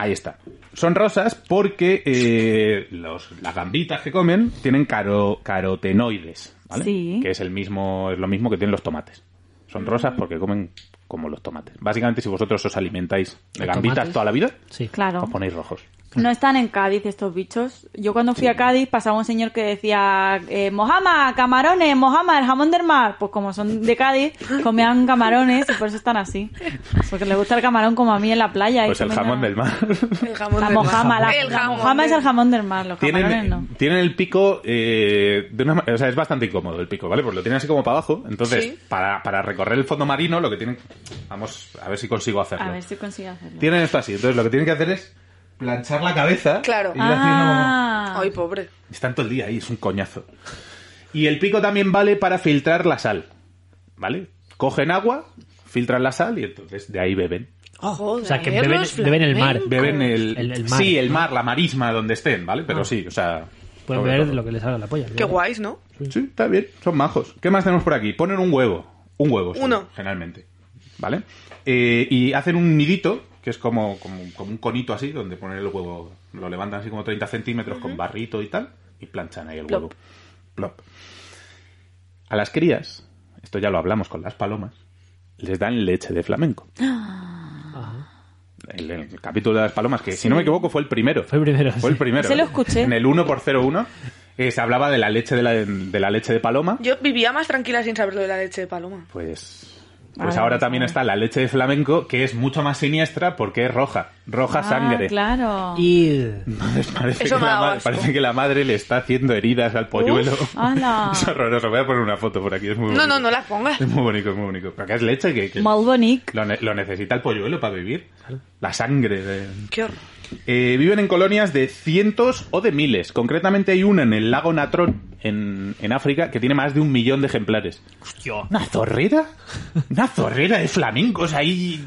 [SPEAKER 5] Ahí está. Son rosas porque eh, los, las gambitas que comen tienen caro- carotenoides, ¿vale?
[SPEAKER 3] Sí.
[SPEAKER 5] Que es el mismo, es lo mismo que tienen los tomates. Son rosas porque comen como los tomates. Básicamente, si vosotros os alimentáis de
[SPEAKER 1] ¿De
[SPEAKER 5] gambitas
[SPEAKER 1] tomates?
[SPEAKER 5] toda la vida,
[SPEAKER 1] Sí.
[SPEAKER 3] Claro.
[SPEAKER 5] os ponéis rojos.
[SPEAKER 3] No están en Cádiz estos bichos. Yo cuando fui a Cádiz pasaba un señor que decía, eh, Mojama, camarones, Mojama, el jamón del mar. Pues como son de Cádiz, comían camarones y por eso están así. Porque les gusta el camarón como a mí en la playa. y
[SPEAKER 5] Pues el
[SPEAKER 3] comen
[SPEAKER 5] jamón
[SPEAKER 3] la-
[SPEAKER 5] del mar.
[SPEAKER 2] El jamón
[SPEAKER 3] La
[SPEAKER 2] del
[SPEAKER 3] mojama, la,
[SPEAKER 2] barro. El
[SPEAKER 3] la
[SPEAKER 2] jamón
[SPEAKER 3] mojama
[SPEAKER 2] del-
[SPEAKER 3] es el jamón del mar, los camarones
[SPEAKER 5] tienen,
[SPEAKER 3] no.
[SPEAKER 5] tienen el pico eh, de una ma- o sea es bastante incómodo el pico vale pues lo tienen así como para abajo entonces
[SPEAKER 2] Sí.
[SPEAKER 5] para, para recorrer el fondo marino lo que tienen vamos a ver si consigo hacerlo
[SPEAKER 3] A ver si consigo hacerlo.
[SPEAKER 5] Tienen esto así, entonces lo que tienen que hacer es planchar la cabeza.
[SPEAKER 2] Claro.
[SPEAKER 5] e ir haciendo
[SPEAKER 3] Ah,
[SPEAKER 2] Ay, pobre.
[SPEAKER 5] como- Están todo el día ahí, es un coñazo. Y el pico también vale para filtrar la sal, ¿vale? Cogen agua, filtran la sal y entonces de ahí beben.
[SPEAKER 3] Oh,
[SPEAKER 2] Joder, ¿eh?
[SPEAKER 1] O sea, que beben,
[SPEAKER 2] los
[SPEAKER 1] beben el mar.
[SPEAKER 2] flamencos.
[SPEAKER 5] Beben el,
[SPEAKER 1] El- el mar, Ah.
[SPEAKER 5] Sí, el mar, la marisma, donde estén, ¿vale? Pero sí, o sea...
[SPEAKER 1] Pueden
[SPEAKER 5] sobre
[SPEAKER 1] ver
[SPEAKER 5] todo.
[SPEAKER 1] lo que les haga la polla.
[SPEAKER 2] Qué guays, ¿no?
[SPEAKER 5] Sí, está bien, son majos. ¿Qué más tenemos por aquí? Ponen un huevo. Un huevo, solo,
[SPEAKER 2] Uno.
[SPEAKER 5] Generalmente. ¿Vale? Eh, y hacen un nidito, que es como, como, como un conito así, donde ponen el huevo. Lo levantan así como 30 centímetros con barrito y tal, y planchan ahí el
[SPEAKER 3] Plop.
[SPEAKER 5] huevo. Plop. A las crías, esto ya lo hablamos con las palomas, les dan leche de flamenco.
[SPEAKER 3] Ah.
[SPEAKER 1] Ajá.
[SPEAKER 5] El, el capítulo de las palomas, que si no me equivoco fue el primero.
[SPEAKER 1] Fue el primero,
[SPEAKER 5] Fue el
[SPEAKER 1] sí.
[SPEAKER 5] primero.
[SPEAKER 3] Ese lo
[SPEAKER 5] ¿eh?
[SPEAKER 3] escuché.
[SPEAKER 5] En el 1x01 eh, se hablaba de la leche de la, de la leche de paloma.
[SPEAKER 2] Yo vivía más tranquila sin saber lo de la leche de paloma.
[SPEAKER 5] Pues,
[SPEAKER 3] Ahora
[SPEAKER 5] pues
[SPEAKER 2] Ah,
[SPEAKER 5] ahora
[SPEAKER 3] mismo.
[SPEAKER 5] también está la leche de flamenco, que es mucho más siniestra porque es roja, roja
[SPEAKER 3] Ah,
[SPEAKER 5] sangre.
[SPEAKER 3] claro.
[SPEAKER 1] Y...
[SPEAKER 5] Entonces parece,
[SPEAKER 2] Eso
[SPEAKER 5] que
[SPEAKER 2] me
[SPEAKER 5] la
[SPEAKER 2] da
[SPEAKER 5] ma-
[SPEAKER 2] asco.
[SPEAKER 5] parece que la madre le está haciendo heridas al polluelo.
[SPEAKER 3] ala.
[SPEAKER 5] es horroroso. Voy a poner una foto por aquí. Es muy
[SPEAKER 2] No, no,
[SPEAKER 5] bonito.
[SPEAKER 2] no la pongas.
[SPEAKER 5] Es muy bonito, es muy bonito. Pero que es leche que, que
[SPEAKER 3] Molt bonic.
[SPEAKER 5] lo, ne- lo necesita el polluelo para vivir. La sangre. de-
[SPEAKER 2] Qué horror.
[SPEAKER 5] Eh, viven en colonias de cientos o de miles. Concretamente hay una en el lago Natron, en, en África, que tiene más de un millón de ejemplares.
[SPEAKER 1] Hostia.
[SPEAKER 5] ¿Una zorrera? Una zorrera de flamencos ahí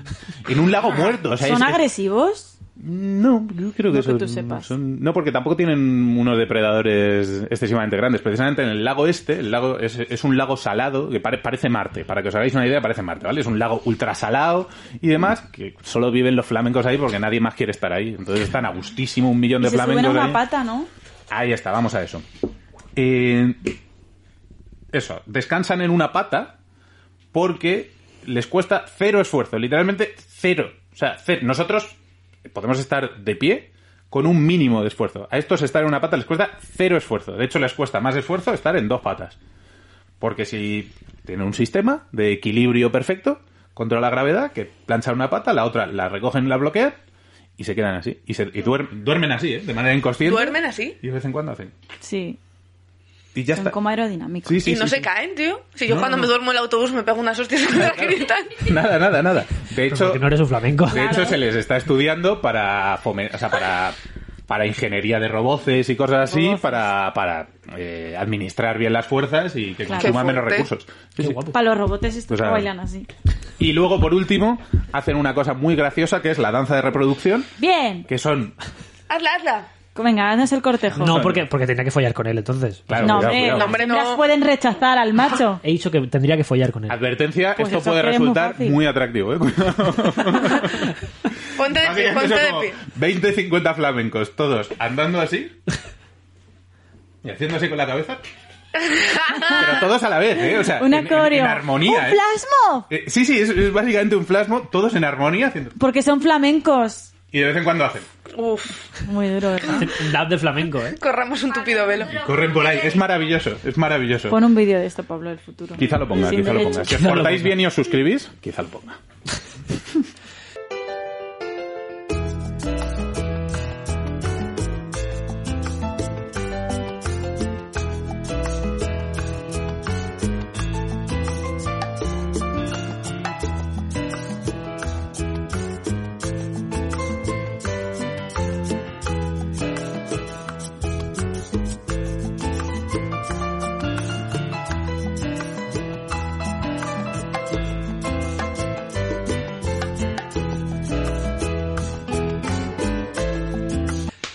[SPEAKER 5] en un lago muerto. o sea,
[SPEAKER 3] ¿Son
[SPEAKER 5] es- es-
[SPEAKER 3] agresivos?
[SPEAKER 5] No, yo creo que,
[SPEAKER 3] No que
[SPEAKER 5] son,
[SPEAKER 3] tú sepas.
[SPEAKER 5] son- No, porque tampoco tienen unos depredadores excesivamente grandes. Precisamente en el lago este, el lago es, es un lago salado que pare- parece Marte. Para que os hagáis una idea, parece Marte, ¿vale? Es un lago ultrasalado y demás, que solo viven los flamencos ahí porque nadie más quiere estar ahí. Entonces están a gustísimo un millón
[SPEAKER 3] Y
[SPEAKER 5] de
[SPEAKER 3] se
[SPEAKER 5] flamencos
[SPEAKER 3] suben a una
[SPEAKER 5] ahí.
[SPEAKER 3] pata, ¿no?
[SPEAKER 5] Ahí está, vamos a eso. Eh, eso, descansan en una pata porque les cuesta cero esfuerzo, literalmente cero. O sea, cero. nosotros podemos estar de pie con un mínimo de esfuerzo. A estos estar en una pata les cuesta cero esfuerzo. De hecho, les cuesta más esfuerzo estar en dos patas. Porque si tienen un sistema de equilibrio perfecto, contra la gravedad, que planchan una pata, la otra la recogen, la bloquean y se quedan así. Y, se- y duer- duermen así, ¿eh? de manera inconsciente.
[SPEAKER 2] ¿Duermen así?
[SPEAKER 5] Y de vez en cuando hacen.
[SPEAKER 3] Sí,
[SPEAKER 5] Y ya
[SPEAKER 3] son
[SPEAKER 5] está.
[SPEAKER 3] como aerodinámicos.
[SPEAKER 5] Sí, sí,
[SPEAKER 2] y no
[SPEAKER 5] sí,
[SPEAKER 2] se
[SPEAKER 5] sí.
[SPEAKER 2] caen, tío. Si yo
[SPEAKER 5] No,
[SPEAKER 2] cuando
[SPEAKER 5] no.
[SPEAKER 2] me duermo en el autobús me pego unas hostias contra el cristal.
[SPEAKER 5] Nada, nada, nada. De hecho,
[SPEAKER 1] Porque no eres un flamenco.
[SPEAKER 5] De hecho, se les está estudiando para fome- o sea, para, para ingeniería de roboces y cosas así,
[SPEAKER 3] Roboces.
[SPEAKER 5] para, para eh, administrar bien las fuerzas y que
[SPEAKER 3] Claro.
[SPEAKER 5] consuman
[SPEAKER 2] Qué
[SPEAKER 5] menos
[SPEAKER 2] fuerte.
[SPEAKER 5] recursos. Sí, sí.
[SPEAKER 3] Para los robotes estos
[SPEAKER 5] O sea,
[SPEAKER 3] que bailan así.
[SPEAKER 5] Y luego, por último, hacen una cosa muy graciosa que es la danza de reproducción,
[SPEAKER 3] Bien,
[SPEAKER 5] que son...
[SPEAKER 2] hazla, hazla.
[SPEAKER 3] venga, haznos el cortejo.
[SPEAKER 1] No, porque, porque tenía que follar con él entonces.
[SPEAKER 5] Claro,
[SPEAKER 3] No,
[SPEAKER 5] cuidado,
[SPEAKER 3] hombre,
[SPEAKER 5] cuidado.
[SPEAKER 2] no, hombre.
[SPEAKER 3] las hembras pueden rechazar al macho.
[SPEAKER 1] He dicho que tendría que follar con él.
[SPEAKER 5] Advertencia,
[SPEAKER 3] Pues
[SPEAKER 5] esto
[SPEAKER 3] eso
[SPEAKER 5] puede
[SPEAKER 3] que es muy
[SPEAKER 5] resultar muy,
[SPEAKER 3] fácil.
[SPEAKER 5] atractivo, ¿eh?
[SPEAKER 2] Ponte de pie, ponte de pie.
[SPEAKER 5] 20-50 flamencos, todos andando así y haciendo así con la cabeza. Pero todos a la vez, ¿eh? O sea,
[SPEAKER 3] Una
[SPEAKER 5] en, en- en
[SPEAKER 3] coreo.
[SPEAKER 5] armonía,
[SPEAKER 3] ¡Un
[SPEAKER 5] ¿eh?
[SPEAKER 3] plasmo!
[SPEAKER 5] Eh, sí, sí, es, es básicamente un flasmo, todos en armonía haciendo-
[SPEAKER 3] Porque son flamencos.
[SPEAKER 5] Y de vez en cuando hacen.
[SPEAKER 2] Uf,
[SPEAKER 3] Muy duro, ¿eh? ¿verdad?
[SPEAKER 1] Dab de flamenco, ¿eh?
[SPEAKER 2] corramos un tupido velo.
[SPEAKER 5] Y corren por ahí. Es maravilloso, es maravilloso.
[SPEAKER 3] Pon un vídeo de esto, Pablo, del futuro.
[SPEAKER 5] Quizá lo ponga,
[SPEAKER 3] Sin
[SPEAKER 5] quizá lo
[SPEAKER 3] derecho.
[SPEAKER 5] ponga. Si os
[SPEAKER 1] Quizá lo
[SPEAKER 5] portáis
[SPEAKER 1] ponga.
[SPEAKER 5] bien y os suscribís, quizá lo ponga.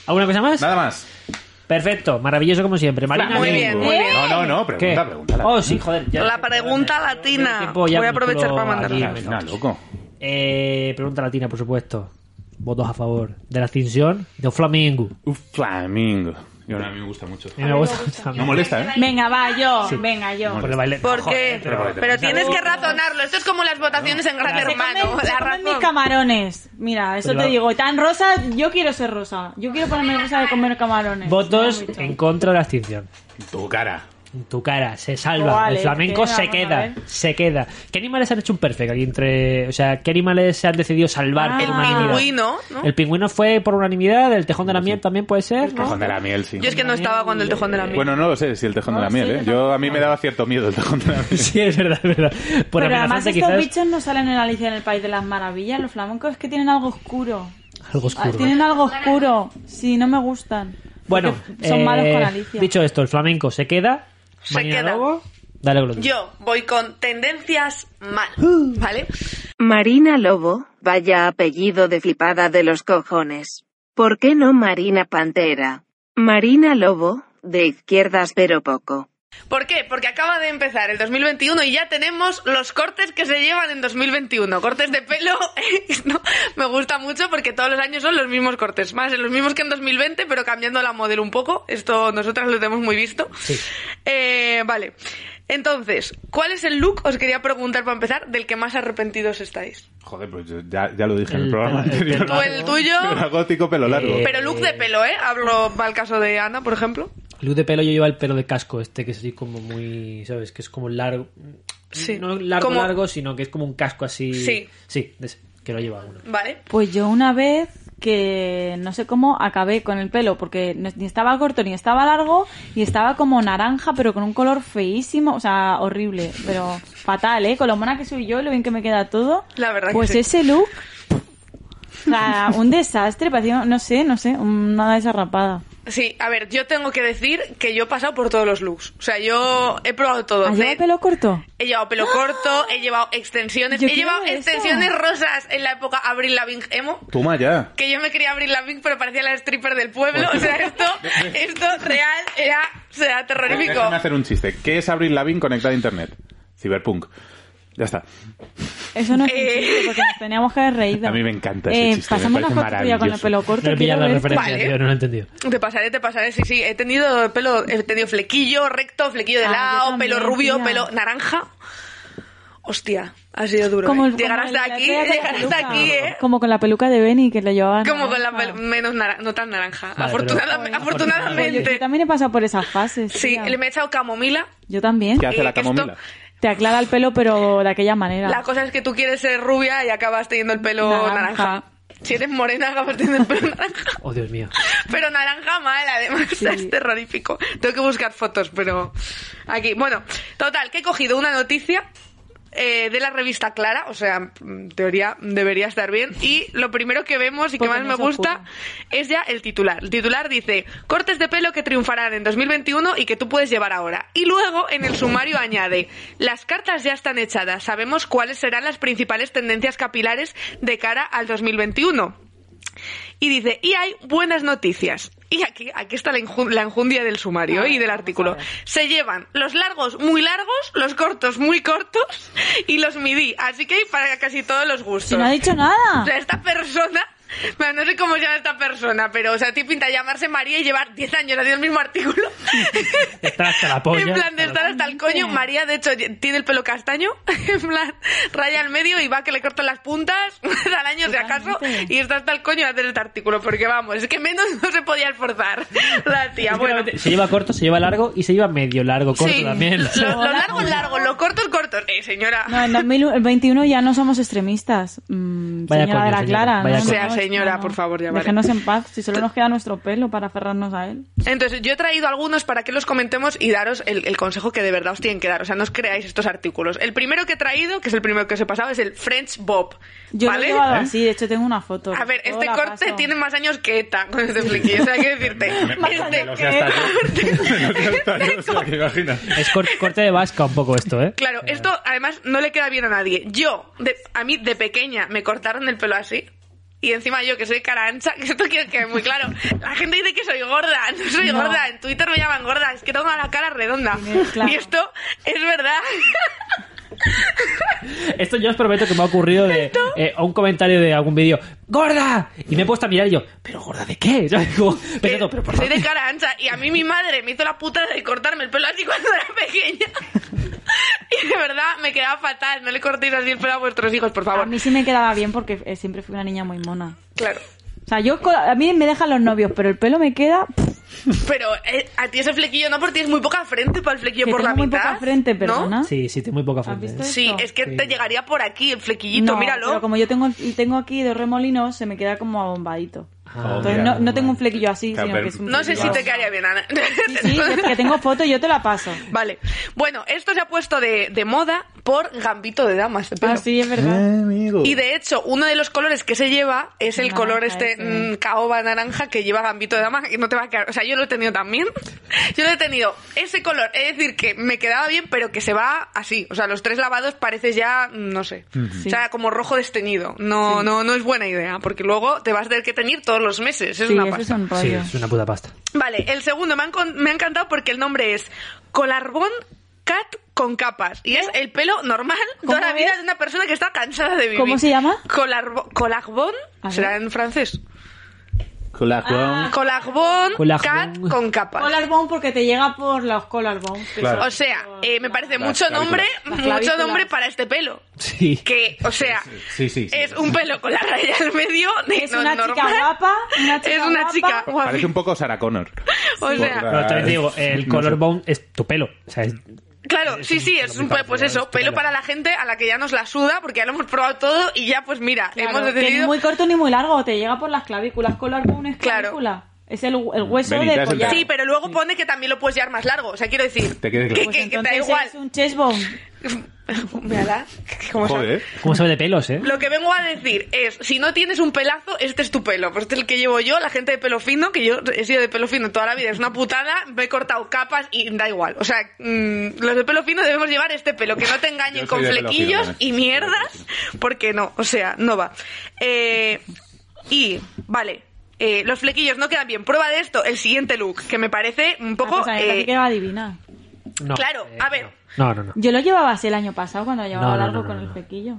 [SPEAKER 1] ¿Alguna cosa más?
[SPEAKER 5] Nada más.
[SPEAKER 1] Perfecto, maravilloso como siempre. Marina,
[SPEAKER 2] Muy bien, muy bien.
[SPEAKER 5] No, no, no,
[SPEAKER 1] ¿qué?
[SPEAKER 5] pregunta, pregunta.
[SPEAKER 1] Oh, sí, joder. ya-
[SPEAKER 2] La pregunta latina.
[SPEAKER 1] Tiempo ya
[SPEAKER 2] Voy a aprovechar
[SPEAKER 1] vinculo
[SPEAKER 2] para
[SPEAKER 1] aquí,
[SPEAKER 2] mandarla.
[SPEAKER 5] Al final,
[SPEAKER 1] ¿no?
[SPEAKER 5] loco.
[SPEAKER 1] Eh, pregunta latina, por supuesto. Votos a favor de la extinción de un flamengo.
[SPEAKER 5] Un flamingo. Y ahora a mí me gusta mucho.
[SPEAKER 1] A mí me gusta
[SPEAKER 5] No
[SPEAKER 1] también.
[SPEAKER 5] molesta, ¿eh?
[SPEAKER 3] Venga, va, yo. Venga, yo.
[SPEAKER 1] Por el baile.
[SPEAKER 2] ¿Por
[SPEAKER 1] Joder,
[SPEAKER 2] qué?
[SPEAKER 1] pero-
[SPEAKER 5] porque te
[SPEAKER 2] Pero
[SPEAKER 5] pones a-
[SPEAKER 2] tienes que razonarlo. Esto es como las votaciones en Gran
[SPEAKER 3] Se comen-
[SPEAKER 2] Hermano.
[SPEAKER 3] se
[SPEAKER 2] La
[SPEAKER 3] comen mis
[SPEAKER 2] razón.
[SPEAKER 3] camarones. Mira, eso
[SPEAKER 1] Pero
[SPEAKER 3] te
[SPEAKER 1] la-
[SPEAKER 3] digo. Tan rosa, yo quiero ser rosa. Yo quiero ponerme rosa de comer camarones.
[SPEAKER 1] Votos
[SPEAKER 3] Está muy
[SPEAKER 1] en
[SPEAKER 3] bien.
[SPEAKER 1] contra de la extinción.
[SPEAKER 5] Tu cara.
[SPEAKER 1] En tu cara, se salva.
[SPEAKER 3] Vale,
[SPEAKER 1] el flamenco
[SPEAKER 3] venga,
[SPEAKER 1] se
[SPEAKER 3] vamos a
[SPEAKER 1] queda,
[SPEAKER 3] ver.
[SPEAKER 1] se queda. ¿Qué animales han hecho un perfect aquí entre. O sea, ¿qué animales se han decidido salvar?
[SPEAKER 3] Ah.
[SPEAKER 1] por
[SPEAKER 2] El
[SPEAKER 1] unanimidad?
[SPEAKER 2] pingüino, ¿no?
[SPEAKER 1] El pingüino fue por unanimidad, el tejón de la miel también puede ser. ¿no?
[SPEAKER 5] Tejón de la miel, sí.
[SPEAKER 2] Yo es que no estaba cuando el tejón de la miel.
[SPEAKER 5] Bueno, no lo sé si el tejón
[SPEAKER 3] No
[SPEAKER 5] de la
[SPEAKER 3] lo
[SPEAKER 5] miel,
[SPEAKER 3] sé,
[SPEAKER 5] ¿eh?
[SPEAKER 3] yo
[SPEAKER 5] Yo a mí me daba cierto miedo el tejón de la miel.
[SPEAKER 1] Sí, es verdad, es verdad. Por
[SPEAKER 3] Pero además
[SPEAKER 1] amenazante,
[SPEAKER 3] estos
[SPEAKER 1] quizás.
[SPEAKER 3] bichos no salen en Alicia en el País de las Maravillas. Los flamencos es que tienen algo oscuro.
[SPEAKER 1] Algo
[SPEAKER 3] Ah,
[SPEAKER 1] oscuro.
[SPEAKER 3] tienen algo oscuro. Sí, no me gustan.
[SPEAKER 1] Bueno,
[SPEAKER 3] Porque son
[SPEAKER 1] eh,
[SPEAKER 3] malos con Alicia.
[SPEAKER 1] Dicho esto, el flamenco se queda.
[SPEAKER 2] Se
[SPEAKER 1] Marina
[SPEAKER 2] queda.
[SPEAKER 1] Lobo, dale con lo tuyo.
[SPEAKER 2] Yo voy con tendencias mal, ¿vale?
[SPEAKER 6] Marina Lobo, vaya apellido de flipada de los cojones. ¿Por qué no Marina Pantera? Marina Lobo, de izquierdas pero poco.
[SPEAKER 2] ¿Por qué? Porque acaba de empezar el 2021 y ya tenemos los cortes que se llevan en 2021. Cortes de pelo, ¿no? me gusta mucho porque todos los años son los mismos cortes. Más, los mismos que en 2020, pero cambiando la modelo un poco. Esto nosotras lo tenemos muy visto. Eh, vale. Entonces, ¿cuál es el look? Os quería preguntar para empezar, del que más arrepentidos estáis.
[SPEAKER 5] Joder, pues yo ya, ya lo dije en
[SPEAKER 1] El
[SPEAKER 5] el programa
[SPEAKER 1] pelo- el
[SPEAKER 5] anterior.
[SPEAKER 1] pelo
[SPEAKER 2] ¿Tú el tuyo?
[SPEAKER 5] Era gótico pelo largo.
[SPEAKER 1] Eh,
[SPEAKER 2] Pero look de pelo, ¿eh? Hablo para el caso de Ana, por ejemplo.
[SPEAKER 1] Luz de pelo, yo llevo el pelo de casco, este que es así como muy. ¿Sabes? Que es como largo.
[SPEAKER 2] Sí.
[SPEAKER 1] No largo,
[SPEAKER 2] Como-
[SPEAKER 1] largo, sino que es como un casco así.
[SPEAKER 2] Sí.
[SPEAKER 1] Sí, de ese, que lo lleva uno.
[SPEAKER 2] ¿Vale?
[SPEAKER 3] Pues yo una vez que no sé cómo acabé con el pelo, porque no- ni estaba corto ni estaba largo, y estaba como naranja, pero con un color feísimo, o sea, horrible, pero fatal, ¿eh? Con lo mona que soy yo, y lo bien que me queda todo.
[SPEAKER 2] La verdad que
[SPEAKER 3] Pues
[SPEAKER 2] sí.
[SPEAKER 3] ese look, o sea, un desastre, parecía, no sé, no sé, una desarrapada.
[SPEAKER 2] Sí, a ver, yo tengo que decir que yo he pasado por todos los looks. O sea, yo he probado todo.
[SPEAKER 3] ¿Has
[SPEAKER 2] De-
[SPEAKER 3] llevado el pelo corto?
[SPEAKER 2] He llevado pelo corto, he llevado extensiones,
[SPEAKER 3] Yo
[SPEAKER 2] he llevado
[SPEAKER 3] quiero eso.
[SPEAKER 2] extensiones rosas en la época Abril Lavigne emo.
[SPEAKER 5] Toma ya.
[SPEAKER 2] Que yo me quería abrir la Bing, pero parecía la stripper del pueblo. O sea, esto, esto real era, o sea, terrorífico.
[SPEAKER 5] Déjame hacer un chiste. ¿Qué es abrir Lavín conectada a internet? Cyberpunk. Ya está.
[SPEAKER 3] Eso no es un
[SPEAKER 2] Eh.
[SPEAKER 3] chiste, porque nos teníamos que haber reído.
[SPEAKER 5] A mí me encanta ese
[SPEAKER 3] Eh,
[SPEAKER 5] chiste, me
[SPEAKER 3] Pasamos una
[SPEAKER 5] parece
[SPEAKER 3] foto tuya con el
[SPEAKER 5] maravilloso.
[SPEAKER 3] pelo corto.
[SPEAKER 1] No he pillado
[SPEAKER 3] quiero
[SPEAKER 1] la
[SPEAKER 3] ver-
[SPEAKER 1] referencia,
[SPEAKER 2] Vale.
[SPEAKER 1] tío, no lo he entendido.
[SPEAKER 2] Te pasaré, te pasaré, sí, sí. He tenido pelo, he tenido flequillo, recto, flequillo de
[SPEAKER 3] Ah, yo
[SPEAKER 2] lado,
[SPEAKER 3] también,
[SPEAKER 2] pelo rubio,
[SPEAKER 3] tía.
[SPEAKER 2] pelo naranja. Hostia, ha sido duro.
[SPEAKER 3] Como
[SPEAKER 2] eh.
[SPEAKER 3] el- como
[SPEAKER 2] llegar
[SPEAKER 3] el-
[SPEAKER 2] hasta
[SPEAKER 3] la
[SPEAKER 2] aquí,
[SPEAKER 3] tía con la
[SPEAKER 2] llegar hasta
[SPEAKER 3] peluca.
[SPEAKER 2] aquí, eh.
[SPEAKER 3] Como con la peluca de Benny que la llevaban.
[SPEAKER 2] Como con la pel- menos naranja, no tan naranja.
[SPEAKER 1] Vale,
[SPEAKER 2] Afortunada-
[SPEAKER 1] pero-
[SPEAKER 3] Yo, yo
[SPEAKER 2] afortunadamente.
[SPEAKER 3] también he pasado por esas fases.
[SPEAKER 2] Sí,
[SPEAKER 3] tía.
[SPEAKER 2] le me he echado camomila.
[SPEAKER 3] Yo también.
[SPEAKER 5] ¿Qué hace
[SPEAKER 2] Eh,
[SPEAKER 5] la
[SPEAKER 2] que esto-
[SPEAKER 5] camomila?
[SPEAKER 3] Te aclara el pelo, pero de aquella manera.
[SPEAKER 2] La cosa es que tú quieres ser rubia y acabas teniendo el pelo
[SPEAKER 3] Naranja.
[SPEAKER 2] naranja. Si eres morena, acabas teniendo el pelo naranja.
[SPEAKER 1] Oh, Dios mío.
[SPEAKER 2] Pero naranja mal, además, es terrorífico. Tengo que buscar fotos, pero aquí. Bueno, total, que he cogido una noticia eh, de la revista Clara, o sea, en teoría debería estar bien. Y lo primero que vemos y que
[SPEAKER 3] Porque
[SPEAKER 2] más
[SPEAKER 3] no
[SPEAKER 2] me
[SPEAKER 3] se
[SPEAKER 2] gusta
[SPEAKER 3] apura.
[SPEAKER 2] es ya el titular. El titular dice, cortes de pelo que triunfarán en 2021 y que tú puedes llevar ahora. Y luego en el sumario añade, las cartas ya están echadas, sabemos cuáles serán las principales tendencias capilares de cara al 2021. Y dice, y hay buenas noticias. Y aquí, aquí está la, inju- la enjundia del sumario
[SPEAKER 3] Ah,
[SPEAKER 2] y del artículo. Se llevan los largos muy largos, los cortos muy cortos y los midí. Así que hay para casi todos los gustos.
[SPEAKER 3] Si no ha dicho nada.
[SPEAKER 2] O sea, esta persona, bueno, no sé cómo se llama esta persona, pero, o sea, tiene pinta de llamarse María y llevar 10 años haciendo el mismo artículo.
[SPEAKER 1] Está hasta la polla.
[SPEAKER 2] en plan de estar hasta el coño. María, de hecho, ye- tiene el pelo castaño. En plan, raya al medio y va que le cortan las puntas al año, si acaso.
[SPEAKER 3] Totalmente.
[SPEAKER 2] Y está hasta el coño de hacer este artículo, porque vamos, es que menos no se podía esforzar la tía.
[SPEAKER 1] Es que
[SPEAKER 2] Bueno.
[SPEAKER 1] realmente Se lleva corto, se lleva largo y se lleva medio largo, corto
[SPEAKER 2] Sí,
[SPEAKER 1] también.
[SPEAKER 2] lo- lo largo, largo, lo corto, corto. Eh, señora.
[SPEAKER 3] No, en 2021 ya no somos extremistas. Mm,
[SPEAKER 1] Vaya
[SPEAKER 3] señora
[SPEAKER 1] coño,
[SPEAKER 3] de la
[SPEAKER 1] señora,
[SPEAKER 3] Clara.
[SPEAKER 1] vaya
[SPEAKER 3] no,
[SPEAKER 1] coño.
[SPEAKER 3] no,
[SPEAKER 2] O sea, señora, por favor, ya vale.
[SPEAKER 3] Déjenos en paz. Si solo nos queda nuestro pelo para aferrarnos a él.
[SPEAKER 2] Entonces, yo he traído algunos para que los comentemos y daros el, el consejo que de verdad os tienen que dar. O sea, no os creáis estos artículos. El primero que he traído, que es el primero que os he pasado, es el French Bob.
[SPEAKER 3] Yo
[SPEAKER 2] ¿vale?
[SPEAKER 3] lo he llevado
[SPEAKER 1] ¿Eh?
[SPEAKER 3] así. De hecho, tengo una foto.
[SPEAKER 2] A ver,
[SPEAKER 3] Luego
[SPEAKER 2] este
[SPEAKER 3] la
[SPEAKER 2] corte
[SPEAKER 3] paso.
[SPEAKER 2] tiene más años que ETA con este fliqui. O sea, hay que decirte.
[SPEAKER 5] Me-
[SPEAKER 2] Este
[SPEAKER 5] me lo sé hasta yo. Me lo sé hasta yo, o sea, que imagina.
[SPEAKER 1] Es cor- corte de vasca un poco esto, ¿eh?
[SPEAKER 2] Claro, esto además no le queda bien a nadie. Yo, de- a mí de pequeña me cortaron el pelo así. Y encima yo, que soy cara ancha, que esto quiero que quede muy claro. La gente dice que soy gorda, no soy
[SPEAKER 3] No.
[SPEAKER 2] gorda. En Twitter me llaman gorda, es que tengo la cara redonda.
[SPEAKER 3] Tiene- claro.
[SPEAKER 2] Y esto es verdad.
[SPEAKER 1] Esto yo os prometo que me ha ocurrido de eh, a un comentario de algún vídeo. ¡Gorda! Y me he puesto a mirar y yo, ¿pero gorda de qué? ¿Sabes? Como pensando, ¿Ah? pero por
[SPEAKER 2] soy
[SPEAKER 1] favor.
[SPEAKER 2] de cara ancha y a mí mi madre me hizo la puta de cortarme el pelo así cuando era pequeña. y de verdad me quedaba fatal. No le cortéis así el pelo a vuestros hijos, por
[SPEAKER 3] A
[SPEAKER 2] favor.
[SPEAKER 3] mí sí me quedaba bien porque eh, siempre fui una niña muy mona.
[SPEAKER 2] Claro.
[SPEAKER 3] O sea, yo co- a mí me dejan los novios, pero el pelo me queda. pff,
[SPEAKER 2] Pero eh, a ti ese flequillo no, porque tienes muy poca frente para el flequillo
[SPEAKER 3] que
[SPEAKER 2] por la
[SPEAKER 3] tengo muy
[SPEAKER 2] mitad.
[SPEAKER 3] poca frente,
[SPEAKER 2] ¿no?
[SPEAKER 3] perdona.
[SPEAKER 1] Sí, sí, tengo muy poca ¿eh? frente.
[SPEAKER 3] visto?
[SPEAKER 2] Sí,
[SPEAKER 3] Esto.
[SPEAKER 2] es que
[SPEAKER 1] Sí.
[SPEAKER 2] te llegaría por aquí el flequillito,
[SPEAKER 3] No,
[SPEAKER 2] míralo.
[SPEAKER 3] Pero como yo tengo, tengo aquí dos remolinos, se me queda como abombadito.
[SPEAKER 1] Ah,
[SPEAKER 3] Entonces
[SPEAKER 5] mira,
[SPEAKER 3] no, no tengo un flequillo así,
[SPEAKER 5] Claro,
[SPEAKER 3] sino
[SPEAKER 5] pero-
[SPEAKER 3] que es un
[SPEAKER 2] No sé si
[SPEAKER 3] flequillo
[SPEAKER 2] te
[SPEAKER 3] así.
[SPEAKER 2] quedaría bien, Ana.
[SPEAKER 3] Sí, sí, que- que tengo foto y yo te la paso.
[SPEAKER 2] Vale. Bueno, esto se ha puesto de, de moda por gambito de damas. de pelo.
[SPEAKER 3] Ah, sí, es verdad.
[SPEAKER 5] Eh, amigo.
[SPEAKER 2] Y de hecho, uno de los colores que se lleva es el
[SPEAKER 3] Naranja,
[SPEAKER 2] color este
[SPEAKER 3] ese.
[SPEAKER 2] mm, caoba naranja que lleva Gambito de Dama y no te va a quedar. O sea, yo lo he tenido también. Yo lo he tenido ese color. Es decir, que me quedaba bien, pero que se va así. O sea, los tres lavados parece ya, mm, no sé. O sea, como rojo desteñido. No, no, no es buena idea, porque luego te vas a tener que teñir todos los meses. Es
[SPEAKER 3] Sí,
[SPEAKER 2] una
[SPEAKER 3] ese
[SPEAKER 2] pasta.
[SPEAKER 3] es un
[SPEAKER 1] Sí,
[SPEAKER 3] rollo.
[SPEAKER 1] es una puta pasta.
[SPEAKER 2] Vale, el segundo me ha, encon- me ha encantado porque el nombre es Colarbón Cat con capas. Y es el pelo normal, toda la
[SPEAKER 3] es?
[SPEAKER 2] vida de una persona que está cansada de vivir.
[SPEAKER 3] ¿Cómo se llama?
[SPEAKER 2] Colarbo- Colarbón,
[SPEAKER 3] A ver.
[SPEAKER 2] será en francés. Ah.
[SPEAKER 5] Colacón.
[SPEAKER 2] Colarbón
[SPEAKER 1] Colarbón.
[SPEAKER 2] Cat con capas.
[SPEAKER 3] Collarbone porque te llega por los collarbone. que
[SPEAKER 5] Claro.
[SPEAKER 3] son-
[SPEAKER 2] O sea, eh, me parece
[SPEAKER 5] Las
[SPEAKER 2] mucho nombre,
[SPEAKER 5] clavículas.
[SPEAKER 3] Las
[SPEAKER 2] mucho
[SPEAKER 3] clavículas.
[SPEAKER 2] nombre para este pelo.
[SPEAKER 1] Sí.
[SPEAKER 2] Que, o sea,
[SPEAKER 5] Sí, sí, sí.
[SPEAKER 2] es un pelo con la raya al medio, de,
[SPEAKER 3] Es
[SPEAKER 2] no
[SPEAKER 3] una
[SPEAKER 2] normal.
[SPEAKER 3] chica guapa, una chica
[SPEAKER 2] es una
[SPEAKER 3] guapa.
[SPEAKER 2] chica guapa.
[SPEAKER 5] Parece un poco Sarah Connor.
[SPEAKER 2] O sea,
[SPEAKER 5] Por
[SPEAKER 1] Pero también te digo,
[SPEAKER 5] Ah, No
[SPEAKER 1] el
[SPEAKER 5] sé.
[SPEAKER 1] colorbone es tu pelo. O sea, es-
[SPEAKER 2] Claro, sí, sí, es un pelo, pues eso, pelo para la gente a la que ya nos la suda, porque ya lo hemos probado todo y ya, pues mira,
[SPEAKER 3] Claro,
[SPEAKER 2] hemos
[SPEAKER 3] que ni
[SPEAKER 2] decidido.
[SPEAKER 3] muy corto ni muy largo, te llega por las clavículas. Collarbone es
[SPEAKER 2] Claro.
[SPEAKER 3] clavícula. Es el, el hueso
[SPEAKER 5] Benita,
[SPEAKER 3] de
[SPEAKER 5] es el
[SPEAKER 3] collar.
[SPEAKER 2] Sí, pero luego pone que también lo puedes llevar más largo, o sea, quiero decir.
[SPEAKER 5] Te quede claro.
[SPEAKER 3] Pues
[SPEAKER 2] que- que te da
[SPEAKER 3] entonces
[SPEAKER 2] igual.
[SPEAKER 3] es un chesbone.
[SPEAKER 2] Véala, ¿cómo sabe?
[SPEAKER 5] Joder.
[SPEAKER 1] ¿Cómo sabe de pelos, eh?
[SPEAKER 2] Lo que vengo a decir es, si no tienes un pelazo, este es tu pelo. Pues este es el que llevo yo, la gente de pelo fino, que yo he sido de pelo fino toda la vida, es una putada, me he cortado capas y da igual. O sea, mm, los de pelo fino debemos llevar este pelo, que no te engañen
[SPEAKER 5] Yo soy
[SPEAKER 2] con
[SPEAKER 5] de pelo fino
[SPEAKER 2] flequillos
[SPEAKER 5] también.
[SPEAKER 2] y mierdas, porque no, o sea, no va. Eh, y, vale. eh, los flequillos no quedan bien. Prueba de esto, el siguiente look, que me parece un poco...
[SPEAKER 3] Ah, pues a mí me parece
[SPEAKER 2] eh,
[SPEAKER 3] que va a adivinar.
[SPEAKER 1] No,
[SPEAKER 2] claro,
[SPEAKER 1] eh,
[SPEAKER 2] a ver.
[SPEAKER 1] No, no, no.
[SPEAKER 3] Yo lo llevaba así el año pasado cuando llevaba
[SPEAKER 1] No, no,
[SPEAKER 3] largo
[SPEAKER 1] no, no,
[SPEAKER 3] con
[SPEAKER 1] no.
[SPEAKER 3] el pequillo.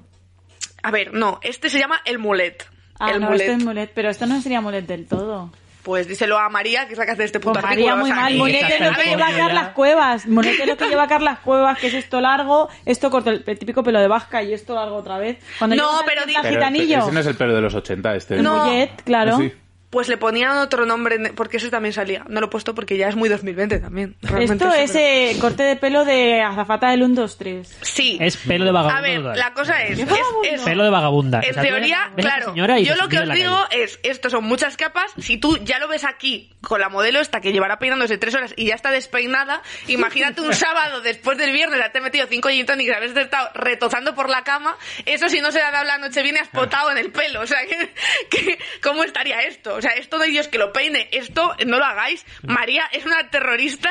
[SPEAKER 2] A ver, no, este se llama el mulet.
[SPEAKER 3] Ah,
[SPEAKER 2] el
[SPEAKER 3] no,
[SPEAKER 2] mulet.
[SPEAKER 3] esto es mulet, pero esto no sería mulet del todo.
[SPEAKER 2] Pues díselo a María, que es la que hace este puto
[SPEAKER 3] Pues María,
[SPEAKER 2] artículo.
[SPEAKER 3] muy
[SPEAKER 2] o sea,
[SPEAKER 3] mal.
[SPEAKER 2] que-
[SPEAKER 3] Mulet es
[SPEAKER 1] está
[SPEAKER 3] lo que
[SPEAKER 1] el
[SPEAKER 3] lleva
[SPEAKER 1] coño ya.
[SPEAKER 3] Carlas Cuevas. Mulet es lo que lleva Carlas Cuevas, que es esto largo, esto corto, el típico pelo de vasca y esto largo otra vez. Cuando
[SPEAKER 2] No,
[SPEAKER 3] llevas al
[SPEAKER 2] pero
[SPEAKER 3] tienda
[SPEAKER 2] di-
[SPEAKER 5] Pero, pero
[SPEAKER 3] gitanillo.
[SPEAKER 5] ese no es el pelo de los 80, este.
[SPEAKER 3] El
[SPEAKER 2] No.
[SPEAKER 3] mullet, claro.
[SPEAKER 5] Sí.
[SPEAKER 2] pues le ponían otro nombre, en- porque ese también salía. No lo he puesto porque ya es muy 2020 también. realmente eso,
[SPEAKER 3] Esto es
[SPEAKER 2] pero-
[SPEAKER 3] eh, corte de pelo de azafata del 1, 2, 3.
[SPEAKER 2] Sí.
[SPEAKER 1] Es pelo de
[SPEAKER 2] A
[SPEAKER 1] vagabundo.
[SPEAKER 2] ver,
[SPEAKER 1] total.
[SPEAKER 2] la cosa es... es- es-
[SPEAKER 1] Pelo de vagabunda.
[SPEAKER 2] En
[SPEAKER 1] O sea, tú
[SPEAKER 2] teoría,
[SPEAKER 1] ves a esta
[SPEAKER 2] claro.
[SPEAKER 1] señora y
[SPEAKER 2] Yo
[SPEAKER 1] te
[SPEAKER 2] lo que
[SPEAKER 1] subió
[SPEAKER 2] os
[SPEAKER 1] en la
[SPEAKER 2] digo
[SPEAKER 1] calle.
[SPEAKER 2] es, esto son muchas capas. Si tú ya lo ves aquí con la modelo esta que llevará peinándose tres horas y ya está despeinada, imagínate un sábado después del viernes haberte metido cinco gin tonics, haberte estado retozando por la cama, eso si no se le ha dado la noche viene has potado en el pelo. O sea, que, que- ¿cómo estaría esto? O sea, esto no hay Dios que lo peine. Esto no lo hagáis. María es una terrorista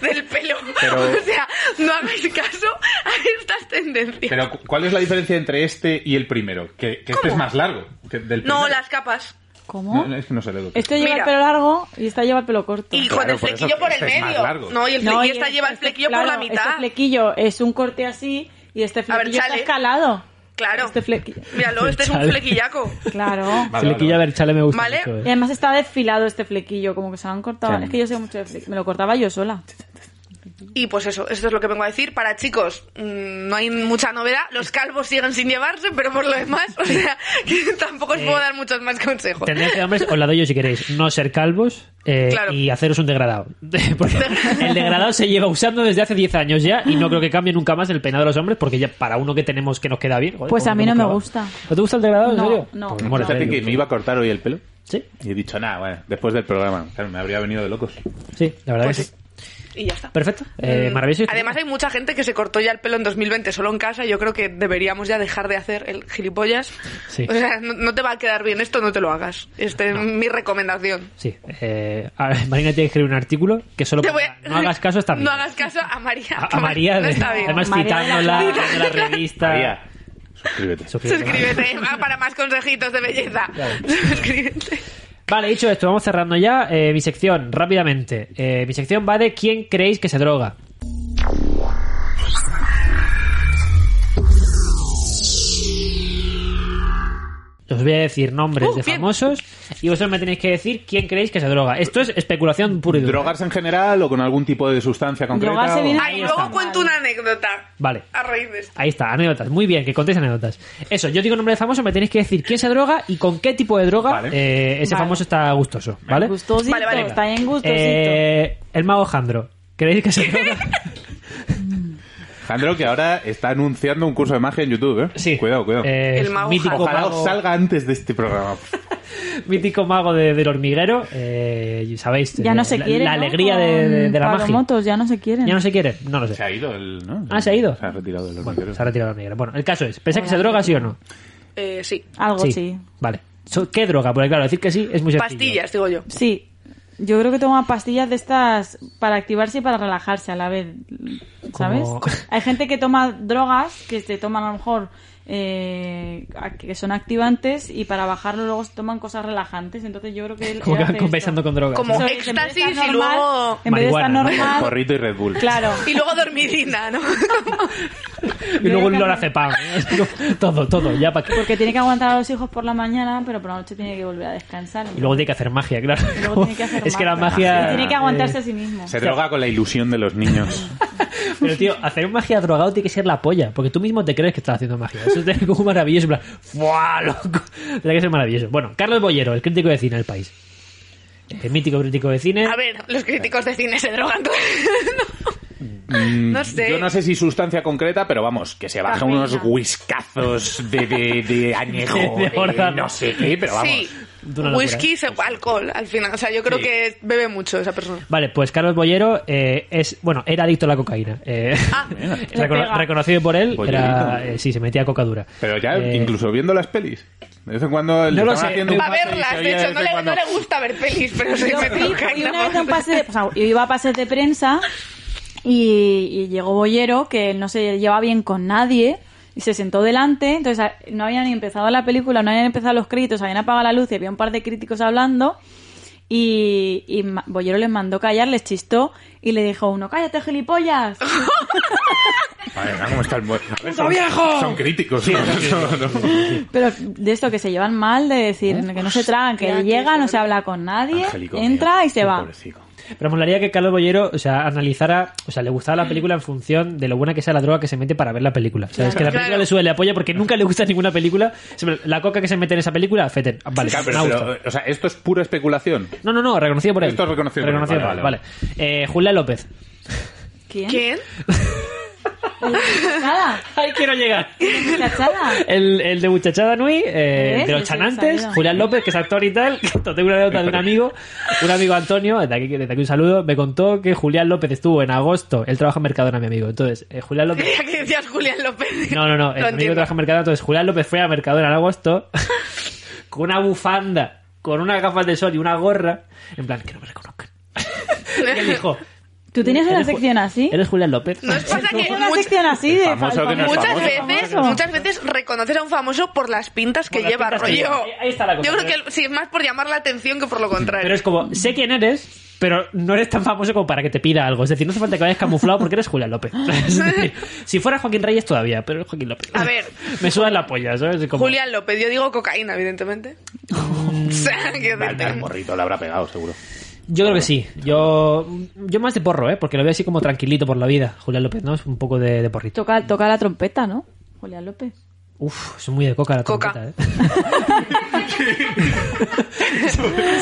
[SPEAKER 2] del pelo. O sea, no hagáis caso a estas tendencias.
[SPEAKER 5] Pero, cu- ¿cuál es la diferencia entre este y el primero? Que, que este es más largo que el del
[SPEAKER 2] no,
[SPEAKER 5] primero.
[SPEAKER 2] las capas.
[SPEAKER 3] ¿Cómo?
[SPEAKER 5] No, no, es que no sé de lo que-
[SPEAKER 3] Este lleva
[SPEAKER 2] Mira.
[SPEAKER 3] el pelo largo y esta lleva el pelo corto.
[SPEAKER 2] Y
[SPEAKER 5] Claro,
[SPEAKER 2] con el
[SPEAKER 5] por eso
[SPEAKER 2] flequillo por el
[SPEAKER 5] este es más
[SPEAKER 2] medio.
[SPEAKER 5] largo.
[SPEAKER 2] No, y el
[SPEAKER 3] No,
[SPEAKER 2] flequillo
[SPEAKER 3] y
[SPEAKER 2] esta
[SPEAKER 3] el-
[SPEAKER 2] lleva el
[SPEAKER 3] este,
[SPEAKER 2] flequillo por la
[SPEAKER 3] claro, Este
[SPEAKER 2] mitad.
[SPEAKER 3] flequillo es un corte así y este
[SPEAKER 2] ver,
[SPEAKER 3] flequillo está
[SPEAKER 2] chale.
[SPEAKER 3] escalado.
[SPEAKER 2] Claro.
[SPEAKER 3] Este flequillo.
[SPEAKER 2] Míralo, este es un
[SPEAKER 1] Chale.
[SPEAKER 2] flequillaco.
[SPEAKER 3] Claro.
[SPEAKER 5] Vale,
[SPEAKER 1] Se le
[SPEAKER 5] vale,
[SPEAKER 1] quilla
[SPEAKER 5] vale.
[SPEAKER 1] ver, chale, me gusta
[SPEAKER 2] Vale.
[SPEAKER 1] mucho, eh.
[SPEAKER 3] Y además está desfilado este flequillo, como que se lo han cortado.
[SPEAKER 5] Claro.
[SPEAKER 3] Es que yo sé mucho de flequillo. Me lo cortaba yo sola.
[SPEAKER 2] Y pues eso, esto es lo que vengo a decir. Para chicos, mm, no hay mucha novedad. Los calvos siguen sin llevarse, pero por lo demás, o sea, que tampoco os puedo dar muchos más consejos.
[SPEAKER 1] Tendencia de hombres, os la doy yo si queréis. No ser calvos eh,
[SPEAKER 2] Claro.
[SPEAKER 1] y haceros un degradado. Porque el degradado se lleva usando desde hace 10 años ya y no creo que cambie nunca más el peinado de los hombres porque ya para uno que tenemos que nos queda bien. joder,
[SPEAKER 3] Pues
[SPEAKER 1] como
[SPEAKER 3] a mí
[SPEAKER 1] que
[SPEAKER 3] no me
[SPEAKER 1] nunca va.
[SPEAKER 3] gusta.
[SPEAKER 1] ¿No te gusta el degradado, en
[SPEAKER 3] No,
[SPEAKER 1] serio?
[SPEAKER 3] no.
[SPEAKER 1] Pues
[SPEAKER 3] No.
[SPEAKER 1] mola,
[SPEAKER 5] Fíjate
[SPEAKER 1] tío.
[SPEAKER 5] que me iba a cortar hoy el pelo
[SPEAKER 1] Sí,
[SPEAKER 5] y he dicho, nada, bueno, después del programa. Claro, me habría venido de locos.
[SPEAKER 1] sí, la verdad
[SPEAKER 2] Pues
[SPEAKER 1] que sí.
[SPEAKER 2] sí. Y ya está.
[SPEAKER 1] Perfecto, eh,
[SPEAKER 2] Mm,
[SPEAKER 1] maravilloso.
[SPEAKER 2] Además hay mucha gente que se cortó ya el pelo en 2020 solo en casa. Yo creo que deberíamos ya dejar de hacer el gilipollas.
[SPEAKER 1] Sí.
[SPEAKER 2] O sea, no, no te va a quedar bien esto, no te lo hagas. Este es mi recomendación.
[SPEAKER 1] Sí, eh, a ver, Marina tiene que escribir un artículo que solo
[SPEAKER 2] Te voy
[SPEAKER 1] ponga,
[SPEAKER 2] a-
[SPEAKER 1] no hagas caso está
[SPEAKER 2] No hagas caso a María.
[SPEAKER 1] a,
[SPEAKER 2] que
[SPEAKER 1] a María,
[SPEAKER 2] no
[SPEAKER 1] de-
[SPEAKER 2] está bien.
[SPEAKER 1] además
[SPEAKER 3] María de la
[SPEAKER 1] citándola de
[SPEAKER 3] Clara.
[SPEAKER 1] la, revista.
[SPEAKER 5] María, suscríbete.
[SPEAKER 1] Suscríbete.
[SPEAKER 2] Suscríbete ah, para más consejitos de belleza. Suscríbete.
[SPEAKER 1] Vale, dicho esto, vamos cerrando ya eh, mi sección rápidamente. Eh, mi sección va de quién creéis que se droga. Os voy a decir nombres
[SPEAKER 2] Uh,
[SPEAKER 1] de
[SPEAKER 2] bien.
[SPEAKER 1] famosos y vosotros me tenéis que decir quién creéis que se droga. Esto es especulación pura y dura.
[SPEAKER 5] ¿Drogarse en general o con algún tipo de sustancia concreta?
[SPEAKER 3] Drogarse
[SPEAKER 5] o-
[SPEAKER 3] viene-
[SPEAKER 2] Ay,
[SPEAKER 1] Ahí
[SPEAKER 2] luego
[SPEAKER 1] está.
[SPEAKER 2] cuento una anécdota.
[SPEAKER 1] Vale.
[SPEAKER 2] A raíz de esto.
[SPEAKER 1] Ahí está, anécdotas. Muy bien, que contéis anécdotas. Eso, yo digo nombre de famoso, me tenéis que decir quién se droga y con qué tipo de droga
[SPEAKER 5] Vale.
[SPEAKER 1] eh, ese
[SPEAKER 3] Vale.
[SPEAKER 1] famoso está gustoso, ¿vale?
[SPEAKER 3] Gustosito.
[SPEAKER 2] Vale, vale.
[SPEAKER 3] Está en gustosito.
[SPEAKER 1] Eh, el mago Jandro. ¿Creéis que se droga?
[SPEAKER 5] Alejandro, que ahora está anunciando un curso de magia en YouTube, ¿eh?
[SPEAKER 1] Sí.
[SPEAKER 5] Cuidado, cuidado.
[SPEAKER 1] Eh,
[SPEAKER 2] El mago
[SPEAKER 1] mítico,
[SPEAKER 2] Jandro.
[SPEAKER 5] Ojalá
[SPEAKER 1] mago,
[SPEAKER 5] os salga antes de este programa.
[SPEAKER 1] mítico mago de- del hormiguero. eh, y sabéis,
[SPEAKER 3] Ya
[SPEAKER 1] eh,
[SPEAKER 3] no se
[SPEAKER 1] la,
[SPEAKER 3] quiere.
[SPEAKER 1] la
[SPEAKER 3] ¿no?
[SPEAKER 1] alegría de, de- de la
[SPEAKER 3] Con
[SPEAKER 1] magia.
[SPEAKER 3] palomotos, ya no se quieren.
[SPEAKER 1] Ya no se quiere, no lo sé.
[SPEAKER 5] Se ha ido el... ¿no?
[SPEAKER 1] Ah, se ha ido.
[SPEAKER 5] Se ha retirado del
[SPEAKER 1] Bueno,
[SPEAKER 5] hormiguero.
[SPEAKER 1] se ha retirado el hormiguero. Bueno, el caso es, ¿pensáis que se droga sí o no?
[SPEAKER 2] Eh, sí.
[SPEAKER 3] Algo sí. sí.
[SPEAKER 1] Vale. So- ¿Qué droga? Porque claro, decir que sí es muy sencillo.
[SPEAKER 2] Pastillas, digo yo.
[SPEAKER 3] Yo creo que toma pastillas de estas para activarse y para relajarse a la vez. ¿Sabes?
[SPEAKER 1] Como-
[SPEAKER 3] Hay gente que toma drogas que se toman a lo mejor eh, a- que son activantes y para bajarlo luego se toman cosas relajantes. Entonces yo creo que. él-
[SPEAKER 1] Como
[SPEAKER 3] él
[SPEAKER 1] que van
[SPEAKER 3] hace
[SPEAKER 1] compensando
[SPEAKER 3] esto.
[SPEAKER 1] con drogas.
[SPEAKER 2] Como-
[SPEAKER 3] Eso es, en vez de
[SPEAKER 2] Éxtasis
[SPEAKER 3] estar
[SPEAKER 2] y
[SPEAKER 3] normal-
[SPEAKER 2] luego
[SPEAKER 3] En vez de estar
[SPEAKER 1] marihuana, ¿no?
[SPEAKER 3] normal.
[SPEAKER 5] Porrito y Red Bull.
[SPEAKER 3] Claro.
[SPEAKER 2] Y luego dormidina, ¿no?
[SPEAKER 1] Y luego un
[SPEAKER 3] Yo creo que-
[SPEAKER 1] lorazepam. ¿eh? Es como Todo, todo, ya para qué.
[SPEAKER 3] Porque tiene que aguantar a los hijos por la mañana, pero por la noche tiene que volver a descansar.
[SPEAKER 1] Y luego tiene que hacer magia, claro.
[SPEAKER 3] Y luego tiene que hacer
[SPEAKER 1] es que la
[SPEAKER 3] magia.
[SPEAKER 1] magia.
[SPEAKER 3] Y tiene que aguantarse
[SPEAKER 1] eh,
[SPEAKER 3] a sí mismo.
[SPEAKER 5] Se droga con la ilusión de los niños.
[SPEAKER 1] Pero tío, hacer magia drogado tiene que ser la polla, porque tú mismo te crees que estás haciendo magia. Eso es como maravilloso. en plan, ¡Fuah, loco! Tiene que ser maravilloso. Bueno, Carlos Bollero, el crítico de cine del país. El mítico crítico de cine.
[SPEAKER 2] A ver, los críticos de cine se drogan. con-
[SPEAKER 5] Mm,
[SPEAKER 2] No sé.
[SPEAKER 5] Yo no sé si sustancia concreta, pero vamos, que se baja
[SPEAKER 3] Cafeína.
[SPEAKER 5] unos whiskazos de, de, de añejo,
[SPEAKER 1] De
[SPEAKER 5] de,
[SPEAKER 1] horda.
[SPEAKER 5] no sé qué, pero vamos.
[SPEAKER 2] sí.
[SPEAKER 1] tú no lo
[SPEAKER 2] Whisky, se- alcohol, al final. O sea, yo creo
[SPEAKER 5] Sí.
[SPEAKER 2] que bebe mucho esa persona.
[SPEAKER 1] Vale, pues Carlos Bollero eh, es, bueno, era adicto a la cocaína. Eh,
[SPEAKER 2] Ah,
[SPEAKER 1] recono-
[SPEAKER 3] pega.
[SPEAKER 1] reconocido por él, era,
[SPEAKER 5] Bollerito.
[SPEAKER 1] eh, sí, se metía coca dura.
[SPEAKER 5] Pero ya,
[SPEAKER 1] Eh,
[SPEAKER 5] incluso viendo las pelis. De vez en cuando le
[SPEAKER 1] No lo
[SPEAKER 5] estaban
[SPEAKER 1] sé.
[SPEAKER 5] haciendo un
[SPEAKER 2] A
[SPEAKER 5] pase y se
[SPEAKER 2] verlas, de
[SPEAKER 5] oía
[SPEAKER 2] hecho,
[SPEAKER 5] vez
[SPEAKER 2] no
[SPEAKER 5] en
[SPEAKER 2] le,
[SPEAKER 5] cuando,
[SPEAKER 2] no le gusta ver pelis, pero se
[SPEAKER 3] Yo
[SPEAKER 2] me
[SPEAKER 3] fui,
[SPEAKER 2] droga.
[SPEAKER 3] fui
[SPEAKER 2] ¿no?
[SPEAKER 3] una vez a un pase de, o sea, yo iba a pases de prensa y, y llegó Bollero que no se llevaba bien con nadie y se sentó delante, entonces a- no habían ni empezado la película, no habían empezado los créditos, habían apagado la luz y había un par de críticos hablando y, y Ma- Bollero les mandó callar, les chistó y le dijo uno, cállate gilipollas.
[SPEAKER 5] Madre mía, ¿cómo está el muerto? A ver,
[SPEAKER 2] ¡Puto viejo!
[SPEAKER 5] Son críticos. ¿no?
[SPEAKER 3] Pero de esto que se llevan mal, de decir que no se tragan, que
[SPEAKER 2] Hostia, qué
[SPEAKER 3] llegan, no
[SPEAKER 2] fuerte.
[SPEAKER 3] se habla con nadie,
[SPEAKER 5] Angélico mío,
[SPEAKER 3] entra y se
[SPEAKER 5] qué
[SPEAKER 3] va.
[SPEAKER 5] pobrecito.
[SPEAKER 1] Pero molaría que Carlos Bollero, o sea, analizara, o sea, le gustaba la película en función de lo buena que sea la droga que se mete para ver la película. O sea, es que la película
[SPEAKER 2] Claro.
[SPEAKER 1] le sube, le apoya porque nunca le gusta ninguna película. Siempre, La coca que se mete en esa película, Feten. Ah, Vale,
[SPEAKER 5] Claro,
[SPEAKER 1] me ha
[SPEAKER 5] pero-
[SPEAKER 1] gustado.
[SPEAKER 5] pero, o sea, esto es pura especulación.
[SPEAKER 1] No, no, no, reconocido por él.
[SPEAKER 5] Esto es reconocido por él,
[SPEAKER 1] por
[SPEAKER 5] vale,
[SPEAKER 1] él,
[SPEAKER 5] vale,
[SPEAKER 1] vale. Eh, Julia López.
[SPEAKER 3] ¿Quién?
[SPEAKER 2] ¿Quién?
[SPEAKER 3] Nada.
[SPEAKER 1] ¡Ay, quiero llegar!
[SPEAKER 3] Muchachada.
[SPEAKER 1] El, el de Muchachada Nui, eh,
[SPEAKER 3] ¿Eh?
[SPEAKER 1] de los
[SPEAKER 3] Sí, sí,
[SPEAKER 1] chanantes,
[SPEAKER 3] salido.
[SPEAKER 1] Julián López, que es actor y tal. que Tengo una anécdota de un amigo, un amigo Antonio, desde aquí, desde aquí un saludo, me contó que Julián López estuvo en agosto, él trabaja en Mercadona, mi amigo. Entonces, eh, Julián López
[SPEAKER 2] Creía que decías Julián López.
[SPEAKER 1] No, no, no. El
[SPEAKER 2] Lo
[SPEAKER 1] amigo que
[SPEAKER 2] entiendo.
[SPEAKER 1] trabaja en Mercadona. Entonces, Julián López fue a Mercadona en agosto con una bufanda, con unas gafas de sol y una gorra. En plan, que no me reconozcan. y él dijo...
[SPEAKER 3] ¿Tú tenías una
[SPEAKER 1] ¿eres Ju-
[SPEAKER 3] sección así?
[SPEAKER 1] ¿Eres Julián López?
[SPEAKER 2] Nos pasa que
[SPEAKER 3] Una
[SPEAKER 2] much-
[SPEAKER 3] sección así de
[SPEAKER 5] El famoso que no
[SPEAKER 3] famoso,
[SPEAKER 5] es
[SPEAKER 2] muchas
[SPEAKER 5] famoso.
[SPEAKER 2] veces,
[SPEAKER 3] famoso.
[SPEAKER 2] muchas veces reconoces a un famoso por las pintas que
[SPEAKER 1] Por las
[SPEAKER 2] lleva,
[SPEAKER 1] pintas que
[SPEAKER 2] rollo.
[SPEAKER 1] lleva. Ahí está la cosa,
[SPEAKER 2] Yo creo
[SPEAKER 1] pero-
[SPEAKER 2] que sí, es más por llamar la atención que por lo contrario.
[SPEAKER 1] Pero es como, sé quién eres, pero no eres tan famoso como para que te pida algo. Es decir, no hace falta que vayas camuflado porque eres Julián López. Es decir, si fuera Joaquín Reyes todavía, pero es Joaquín López.
[SPEAKER 2] A ver.
[SPEAKER 1] Me sudan la polla, ¿sabes? Es como-
[SPEAKER 2] Julián López, yo digo cocaína, evidentemente. o sea, que
[SPEAKER 5] Al, al morrito le habrá pegado, seguro.
[SPEAKER 1] Yo creo que sí. Yo, yo más de porro, ¿eh? Porque lo veo así como tranquilito por la vida, Julián López, ¿no? Es un poco de, de porrito.
[SPEAKER 3] Toca, toca la trompeta, ¿no? Julián López.
[SPEAKER 1] Uf, es muy de coca la
[SPEAKER 2] Coca.
[SPEAKER 1] trompeta, ¿eh?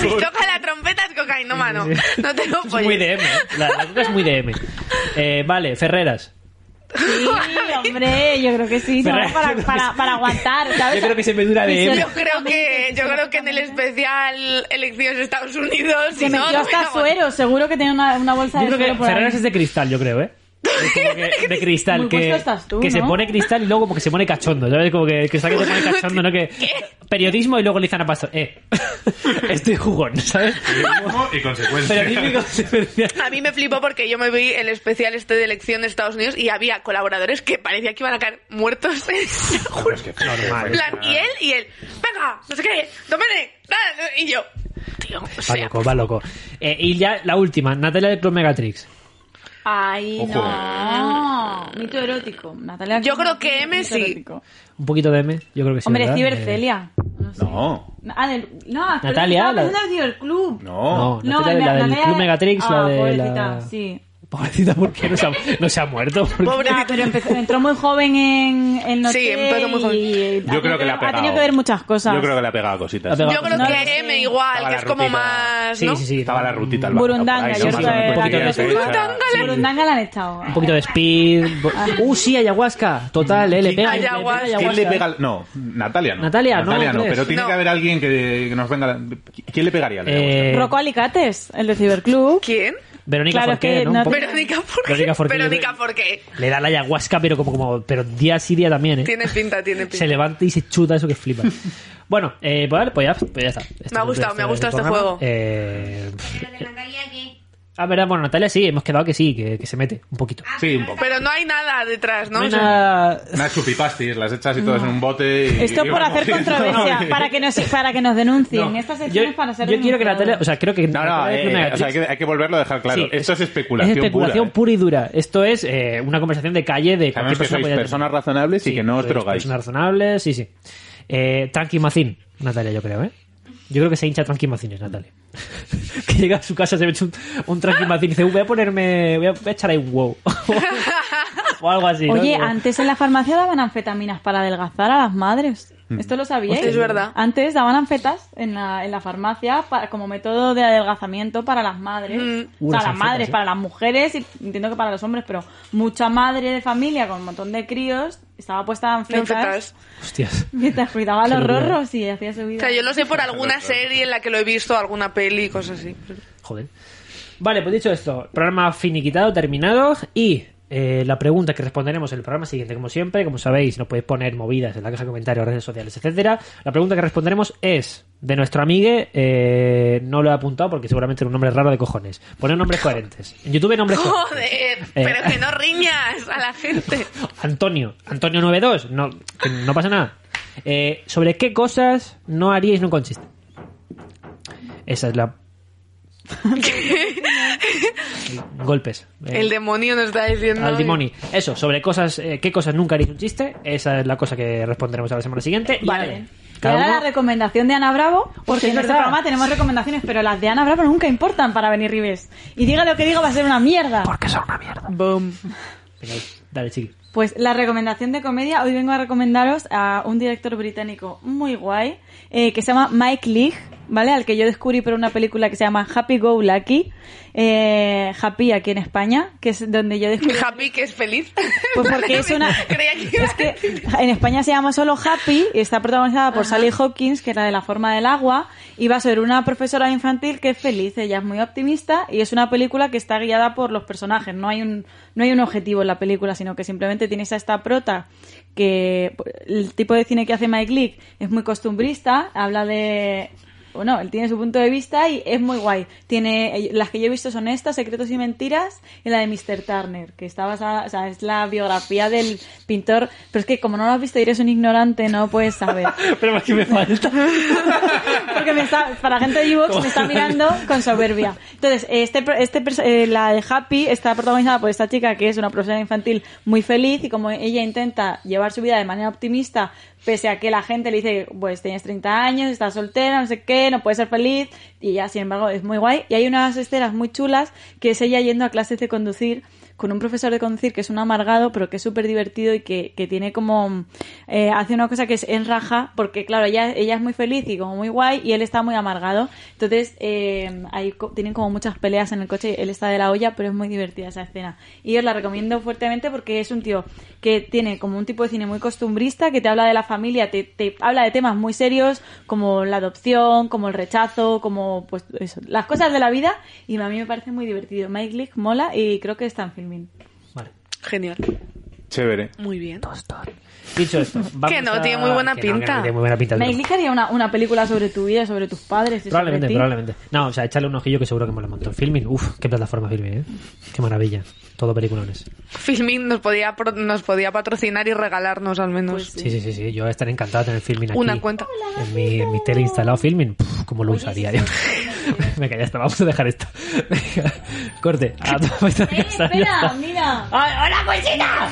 [SPEAKER 2] Si toca la trompeta es cocaína, mano. No pues te lo
[SPEAKER 1] Es
[SPEAKER 2] polles.
[SPEAKER 1] muy de M, ¿eh? La, la coca es muy de M. Eh, vale, Ferreras.
[SPEAKER 3] Sí, hombre, yo creo que sí. ¿no?
[SPEAKER 1] Pero-
[SPEAKER 3] para, para, para aguantar, ¿sabes?
[SPEAKER 1] Yo creo que siempre dura de M.
[SPEAKER 2] Yo creo que, yo creo que en el especial Elecciones Estados Unidos, si
[SPEAKER 3] Se
[SPEAKER 2] no,
[SPEAKER 3] metió
[SPEAKER 2] no
[SPEAKER 3] hasta
[SPEAKER 2] hubiéramos-
[SPEAKER 3] suero, seguro que tenía una, una bolsa
[SPEAKER 1] Yo
[SPEAKER 3] de
[SPEAKER 1] creo que
[SPEAKER 3] suero por ahí.
[SPEAKER 1] Ferreras es de cristal, yo creo, ¿eh? Como que- de cristal,
[SPEAKER 3] Muy
[SPEAKER 1] que,
[SPEAKER 3] puesto estás tú,
[SPEAKER 1] que se
[SPEAKER 3] ¿no?
[SPEAKER 1] pone cristal y luego como que se pone cachondo, ¿sabes? Como que, que está que se pone cachondo, ¿no? Que periodismo y luego le dicen a Pastor, eh, estoy jugón, ¿sabes?
[SPEAKER 5] y consecuencia.
[SPEAKER 1] Periodismo y consecuencia.
[SPEAKER 2] A mí me flipó porque yo me vi el especial este de elección de Estados Unidos y había colaboradores que parecía que iban a caer muertos.
[SPEAKER 5] Joder, es pues que fue-
[SPEAKER 1] Normal.
[SPEAKER 5] fue-
[SPEAKER 2] En plan, y él, y él, venga, no sé qué, Domene, y yo, tío, o
[SPEAKER 1] Va
[SPEAKER 2] sea,
[SPEAKER 1] loco, va loco. Eh, y ya la última, Natalia de Club Megatrix.
[SPEAKER 3] Ay,
[SPEAKER 5] Ojo.
[SPEAKER 3] no. Mito erótico. Natalia.
[SPEAKER 2] Yo creo
[SPEAKER 3] Cruz,
[SPEAKER 2] que M
[SPEAKER 3] mito
[SPEAKER 2] sí.
[SPEAKER 3] erótico.
[SPEAKER 1] Un poquito de M, yo creo que sí.
[SPEAKER 3] Hombre,
[SPEAKER 1] ¿verdad? Eh.
[SPEAKER 3] cibercelia. No. sé.
[SPEAKER 5] No,
[SPEAKER 3] Ah, del- no,
[SPEAKER 1] Natalia,
[SPEAKER 3] Natalia.
[SPEAKER 1] la-
[SPEAKER 3] club.
[SPEAKER 5] no.
[SPEAKER 1] No. Natalia, la del Club Megatrix, la de
[SPEAKER 3] Ah, pobrecita,
[SPEAKER 1] la- Eh,
[SPEAKER 3] sí.
[SPEAKER 1] Pobrecita, ¿por qué no se ha, no se ha muerto? ¿Por qué?
[SPEAKER 2] Pobre-
[SPEAKER 3] Ah, pero empezó- entró muy joven en, en Noche
[SPEAKER 2] Sí, empezó muy joven.
[SPEAKER 3] y- eh,
[SPEAKER 5] Yo creo que le ha pegado.
[SPEAKER 3] Ha tenido que ver muchas cosas.
[SPEAKER 5] Yo creo que le ha pegado cositas.
[SPEAKER 1] Ha pegado.
[SPEAKER 2] yo creo
[SPEAKER 3] No lo
[SPEAKER 2] que
[SPEAKER 3] sé.
[SPEAKER 2] M igual,
[SPEAKER 5] Estaba
[SPEAKER 2] que
[SPEAKER 5] la
[SPEAKER 2] es como
[SPEAKER 5] rutita.
[SPEAKER 2] más,
[SPEAKER 1] Sí,
[SPEAKER 2] ¿no?
[SPEAKER 1] sí, sí.
[SPEAKER 5] Estaba la rutita al
[SPEAKER 3] Burundanga, yo creo que la que
[SPEAKER 5] que
[SPEAKER 3] era. Burundanga la han
[SPEAKER 1] Un
[SPEAKER 3] echado.
[SPEAKER 1] poquito de speed. bo- Uh, sí, ayahuasca. Total, eh, le
[SPEAKER 5] ¿Quién-
[SPEAKER 1] pega.
[SPEAKER 2] Ah. Ayahuasca.
[SPEAKER 1] le pega
[SPEAKER 5] ¿Quién le
[SPEAKER 1] ayahuasca.
[SPEAKER 5] pega? al- No, Natalia no.
[SPEAKER 1] Natalia no,
[SPEAKER 5] Natalia no,
[SPEAKER 1] ¿crees?
[SPEAKER 5] pero tiene
[SPEAKER 2] No.
[SPEAKER 5] que haber alguien que, que nos venga. la- ¿Quién le pegaría? al ayahuasca?
[SPEAKER 1] Eh,
[SPEAKER 3] Rocco Alicates, el de Ciberclub.
[SPEAKER 2] ¿Quién?
[SPEAKER 1] Verónica
[SPEAKER 3] Claro, es
[SPEAKER 1] Forqué,
[SPEAKER 3] que
[SPEAKER 1] ¿no? Un
[SPEAKER 3] Nat-
[SPEAKER 1] poco.
[SPEAKER 2] Verónica Forqué.
[SPEAKER 1] Verónica Forqué.
[SPEAKER 2] Verónica Forqué.
[SPEAKER 1] Le da la ayahuasca, pero como, como pero día sí, día también, ¿eh?
[SPEAKER 2] Tiene pinta, tiene
[SPEAKER 1] Se
[SPEAKER 2] pinta.
[SPEAKER 1] levanta y se chuta eso que flipa. bueno, eh, pues, vale, pues ya, pues ya está.
[SPEAKER 2] Me ha gustado, me ha gustado este
[SPEAKER 1] programa.
[SPEAKER 2] juego.
[SPEAKER 1] Eh, pff,
[SPEAKER 4] Pero de Natalia, ¿qué?
[SPEAKER 1] ah, verdad, bueno, Natalia sí, hemos quedado que sí, que, que se mete un poquito.
[SPEAKER 5] Sí, un poco.
[SPEAKER 2] Pero no hay nada detrás, Ah, ¿no?
[SPEAKER 1] No hay
[SPEAKER 2] O sea,
[SPEAKER 1] nada-
[SPEAKER 5] Unas chupipastis, las echas y todas en un bote. Y,
[SPEAKER 3] Esto
[SPEAKER 5] y
[SPEAKER 3] por
[SPEAKER 5] vamos,
[SPEAKER 3] hacer
[SPEAKER 5] sí,
[SPEAKER 3] controversia,
[SPEAKER 5] no,
[SPEAKER 3] para que nos, para que nos denuncien.
[SPEAKER 1] No,
[SPEAKER 3] Estas
[SPEAKER 1] yo,
[SPEAKER 3] secciones para ser
[SPEAKER 1] yo quiero que Natalia, o sea, creo que
[SPEAKER 5] No, no,
[SPEAKER 1] Natalia
[SPEAKER 5] eh,
[SPEAKER 1] Cruz
[SPEAKER 5] eh,
[SPEAKER 1] Megatrix-
[SPEAKER 5] o sea, hay que, hay que volverlo a dejar claro.
[SPEAKER 1] Sí,
[SPEAKER 5] Esto es, especulación.
[SPEAKER 1] Es especulación
[SPEAKER 5] pura.
[SPEAKER 1] pura, y dura. Esto es eh, una conversación de calle de
[SPEAKER 5] Sabemos
[SPEAKER 1] cualquier
[SPEAKER 5] que
[SPEAKER 1] persona.
[SPEAKER 5] sois
[SPEAKER 1] puede tener.
[SPEAKER 5] personas razonables y
[SPEAKER 1] Sí,
[SPEAKER 5] que no os
[SPEAKER 1] sois
[SPEAKER 5] drogáis.
[SPEAKER 1] Personas razonables, sí, sí. Eh, Tranqui Macín, Natalia, yo creo, ¿eh? Yo creo que se hincha Tranqui Macines, Natalia. que llega a su casa, se ve un, un Tranqui Macín y dice, "Uh, voy a ponerme, voy a, voy a echar ahí un wow. o algo así. ¿no?
[SPEAKER 3] Oye,
[SPEAKER 1] Como-
[SPEAKER 3] antes en la farmacia daban anfetaminas para adelgazar a las madres.
[SPEAKER 1] Mm.
[SPEAKER 3] ¿Esto lo sabíais?
[SPEAKER 2] Hostia, es verdad.
[SPEAKER 3] Antes daban anfetas en la, en la farmacia para, como método de adelgazamiento para las madres.
[SPEAKER 2] Mm.
[SPEAKER 1] Uh,
[SPEAKER 3] O sea,
[SPEAKER 1] las
[SPEAKER 3] las
[SPEAKER 1] anfetas,
[SPEAKER 3] madres,
[SPEAKER 1] ¿eh?
[SPEAKER 3] para las mujeres, y entiendo que para los hombres, pero mucha madre de familia con un montón de críos estaba puesta
[SPEAKER 2] no
[SPEAKER 3] anfetas,
[SPEAKER 2] infectadas.
[SPEAKER 1] Hostias.
[SPEAKER 3] mientras cuidaba
[SPEAKER 1] Qué
[SPEAKER 3] los
[SPEAKER 1] locura.
[SPEAKER 3] rorros y hacía su
[SPEAKER 2] O
[SPEAKER 3] vida.
[SPEAKER 2] sea, yo lo sé por alguna serie en la que lo he visto, alguna peli, cosas así.
[SPEAKER 1] Joder. Vale, pues dicho esto, programa finiquitado, terminado y eh, la pregunta que responderemos en el programa siguiente, como siempre, como sabéis, nos podéis poner movidas en la caja de comentarios, redes sociales, etcétera. La pregunta que responderemos es de nuestro amigue, eh, no lo he apuntado porque seguramente era un nombre raro de cojones. Poner nombres coherentes. En YouTube hay nombres coherentes. Eh,
[SPEAKER 2] Joder, pero que no riñas a la gente.
[SPEAKER 1] Antonio, Antonio 92, no, que no pasa nada. Eh, ¿Sobre qué cosas no haríais no consiste? Esa es la. Golpes. Eh,
[SPEAKER 2] El demonio nos está diciendo.
[SPEAKER 1] al Dimoni. Eso, sobre cosas, eh, qué cosas nunca haréis un chiste, esa es la cosa que responderemos a la semana siguiente. Y
[SPEAKER 3] Vale.
[SPEAKER 1] Ale,
[SPEAKER 3] Y ahora la recomendación de Ana Bravo, porque
[SPEAKER 1] es
[SPEAKER 3] en este
[SPEAKER 1] verdad.
[SPEAKER 3] programa tenemos recomendaciones, pero las de Ana Bravo nunca importan para Benny Rives. Y diga lo que diga, va a ser una mierda.
[SPEAKER 1] Porque son una mierda.
[SPEAKER 2] Boom.
[SPEAKER 1] Venga, dale, chiqui.
[SPEAKER 3] Pues la recomendación de comedia, hoy vengo a recomendaros a un director británico muy guay, eh, que se llama Mike Leigh, ¿vale? Al que yo descubrí por una película que se llama Happy Go Lucky, eh, Happy aquí en España, que es donde yo descubrí...
[SPEAKER 2] Happy que es feliz.
[SPEAKER 3] Pues porque es una...
[SPEAKER 2] Creía que iba
[SPEAKER 3] Es que en España se llama solo Happy y está protagonizada por Sally Hawkins, que era de la forma del agua, y va sobre una profesora infantil que es feliz, ella es muy optimista y es una película que está guiada por los personajes, no hay un, no hay un objetivo en la película, sino que simplemente tienes a esta prota que el tipo de cine que hace Mike Leigh es muy costumbrista, habla de bueno, él tiene su punto de vista y es muy guay. Tiene las que yo he visto son estas, Secretos y Mentiras, y la de Mr. Turner, que está basada, o sea, es la biografía del pintor, pero es que como no lo has visto y eres un ignorante, no puedes saber.
[SPEAKER 1] Pero más que me falta.
[SPEAKER 3] Porque me está, para la gente de Evox me está mirando con soberbia. Entonces, este, pro- este, perso- eh, la de Happy está protagonizada por esta chica que es una profesora infantil muy feliz y como ella intenta llevar su vida de manera optimista, pese a que la gente le dice, pues tienes 30 años, estás soltera, no sé qué, no puedes ser feliz, y ella, sin embargo, es muy guay. Y hay unas escenas muy chulas que es ella yendo a clases de conducir con un profesor de conducir que es un amargado, pero que es súper divertido y que, que tiene como... eh, hace una cosa que es en raja, porque claro, ella, ella es muy feliz y como muy guay y él está muy amargado. Entonces, eh, ahí co- tienen como muchas peleas en el coche, y él está de la olla, pero es muy divertida esa escena. Y os la recomiendo fuertemente porque es un tío que tiene como un tipo de cine muy costumbrista, que te habla de la familia, te, te habla de temas muy serios como la adopción, como el rechazo, como pues eso, las cosas de la vida y a mí me parece muy divertido. Mike Leigh mola y creo que están filming.
[SPEAKER 1] Vale.
[SPEAKER 2] Genial.
[SPEAKER 5] Chévere.
[SPEAKER 2] Muy bien.
[SPEAKER 1] Dicho esto, vamos
[SPEAKER 2] Que no,
[SPEAKER 1] a-
[SPEAKER 2] tiene muy buena
[SPEAKER 1] que no, que no,
[SPEAKER 2] pinta.
[SPEAKER 1] que tiene muy buena pinta.
[SPEAKER 3] Mike Leigh haría una, una película sobre tu vida, sobre tus padres, y
[SPEAKER 1] Probablemente,
[SPEAKER 3] sobre ti.
[SPEAKER 1] probablemente. No, o sea, échale un ojillo que seguro que mola un montón. Filming, uff, qué plataforma Filming, ¿eh? Qué maravilla. Todo peliculones.
[SPEAKER 2] Filming nos podía, pro- nos podía patrocinar y regalarnos al menos
[SPEAKER 3] Pues
[SPEAKER 1] Sí, sí, sí, sí. Yo estaré encantado de tener Filming aquí.
[SPEAKER 2] una cuenta.
[SPEAKER 1] En mi, en mi tele instalado Filming, puf, cómo lo usaría yo. Me callé hasta, vamos a dejar esto. Venga, Corte. A toda vuestra casa,
[SPEAKER 3] ¡Eh,
[SPEAKER 1] ya
[SPEAKER 3] espera,
[SPEAKER 1] está.
[SPEAKER 3] mira.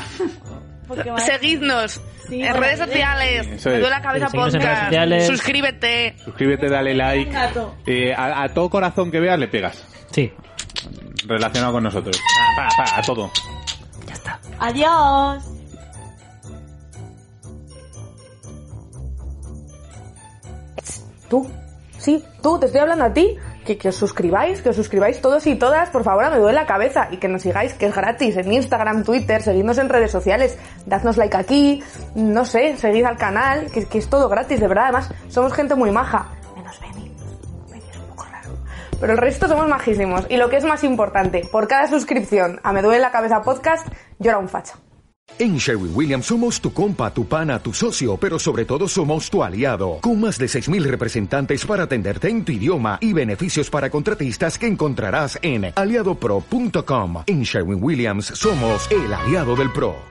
[SPEAKER 3] Porque va-
[SPEAKER 2] Seguidnos
[SPEAKER 3] Sí,
[SPEAKER 2] en
[SPEAKER 3] bueno,
[SPEAKER 2] redes
[SPEAKER 3] bien.
[SPEAKER 2] sociales.
[SPEAKER 5] Eso
[SPEAKER 2] Me
[SPEAKER 5] es.
[SPEAKER 2] duele la cabeza
[SPEAKER 1] Seguidnos en redes
[SPEAKER 2] podcast.
[SPEAKER 1] sociales.
[SPEAKER 2] Suscríbete.
[SPEAKER 5] Suscríbete, dale like.
[SPEAKER 3] Gato.
[SPEAKER 5] Eh, a, a todo corazón que veas le pegas.
[SPEAKER 1] Sí.
[SPEAKER 5] Relacionado con nosotros. Ah, pa, pa, a todo.
[SPEAKER 3] Adiós.
[SPEAKER 7] Tú. Sí, tú, te estoy hablando a ti. Que, que os suscribáis, que os suscribáis todos y todas, por favor, a me duele la cabeza. Y que nos sigáis, que es gratis, en Instagram, Twitter, seguidnos en redes sociales, dadnos like aquí, no sé, seguid al canal, que, que es todo gratis, de verdad. Además, somos gente muy maja. Menos Benny. Benny es un poco raro. Pero el resto somos majísimos. Y lo que es más importante, por cada suscripción a Me duele la cabeza podcast, llora un facha.
[SPEAKER 8] En Sherwin Williams somos tu compa, tu pana, tu socio, pero sobre todo somos tu aliado, con más de 6.000 representantes para atenderte en tu idioma y beneficios para contratistas que encontrarás en aliadopro.com. En Sherwin Williams somos el aliado del PRO.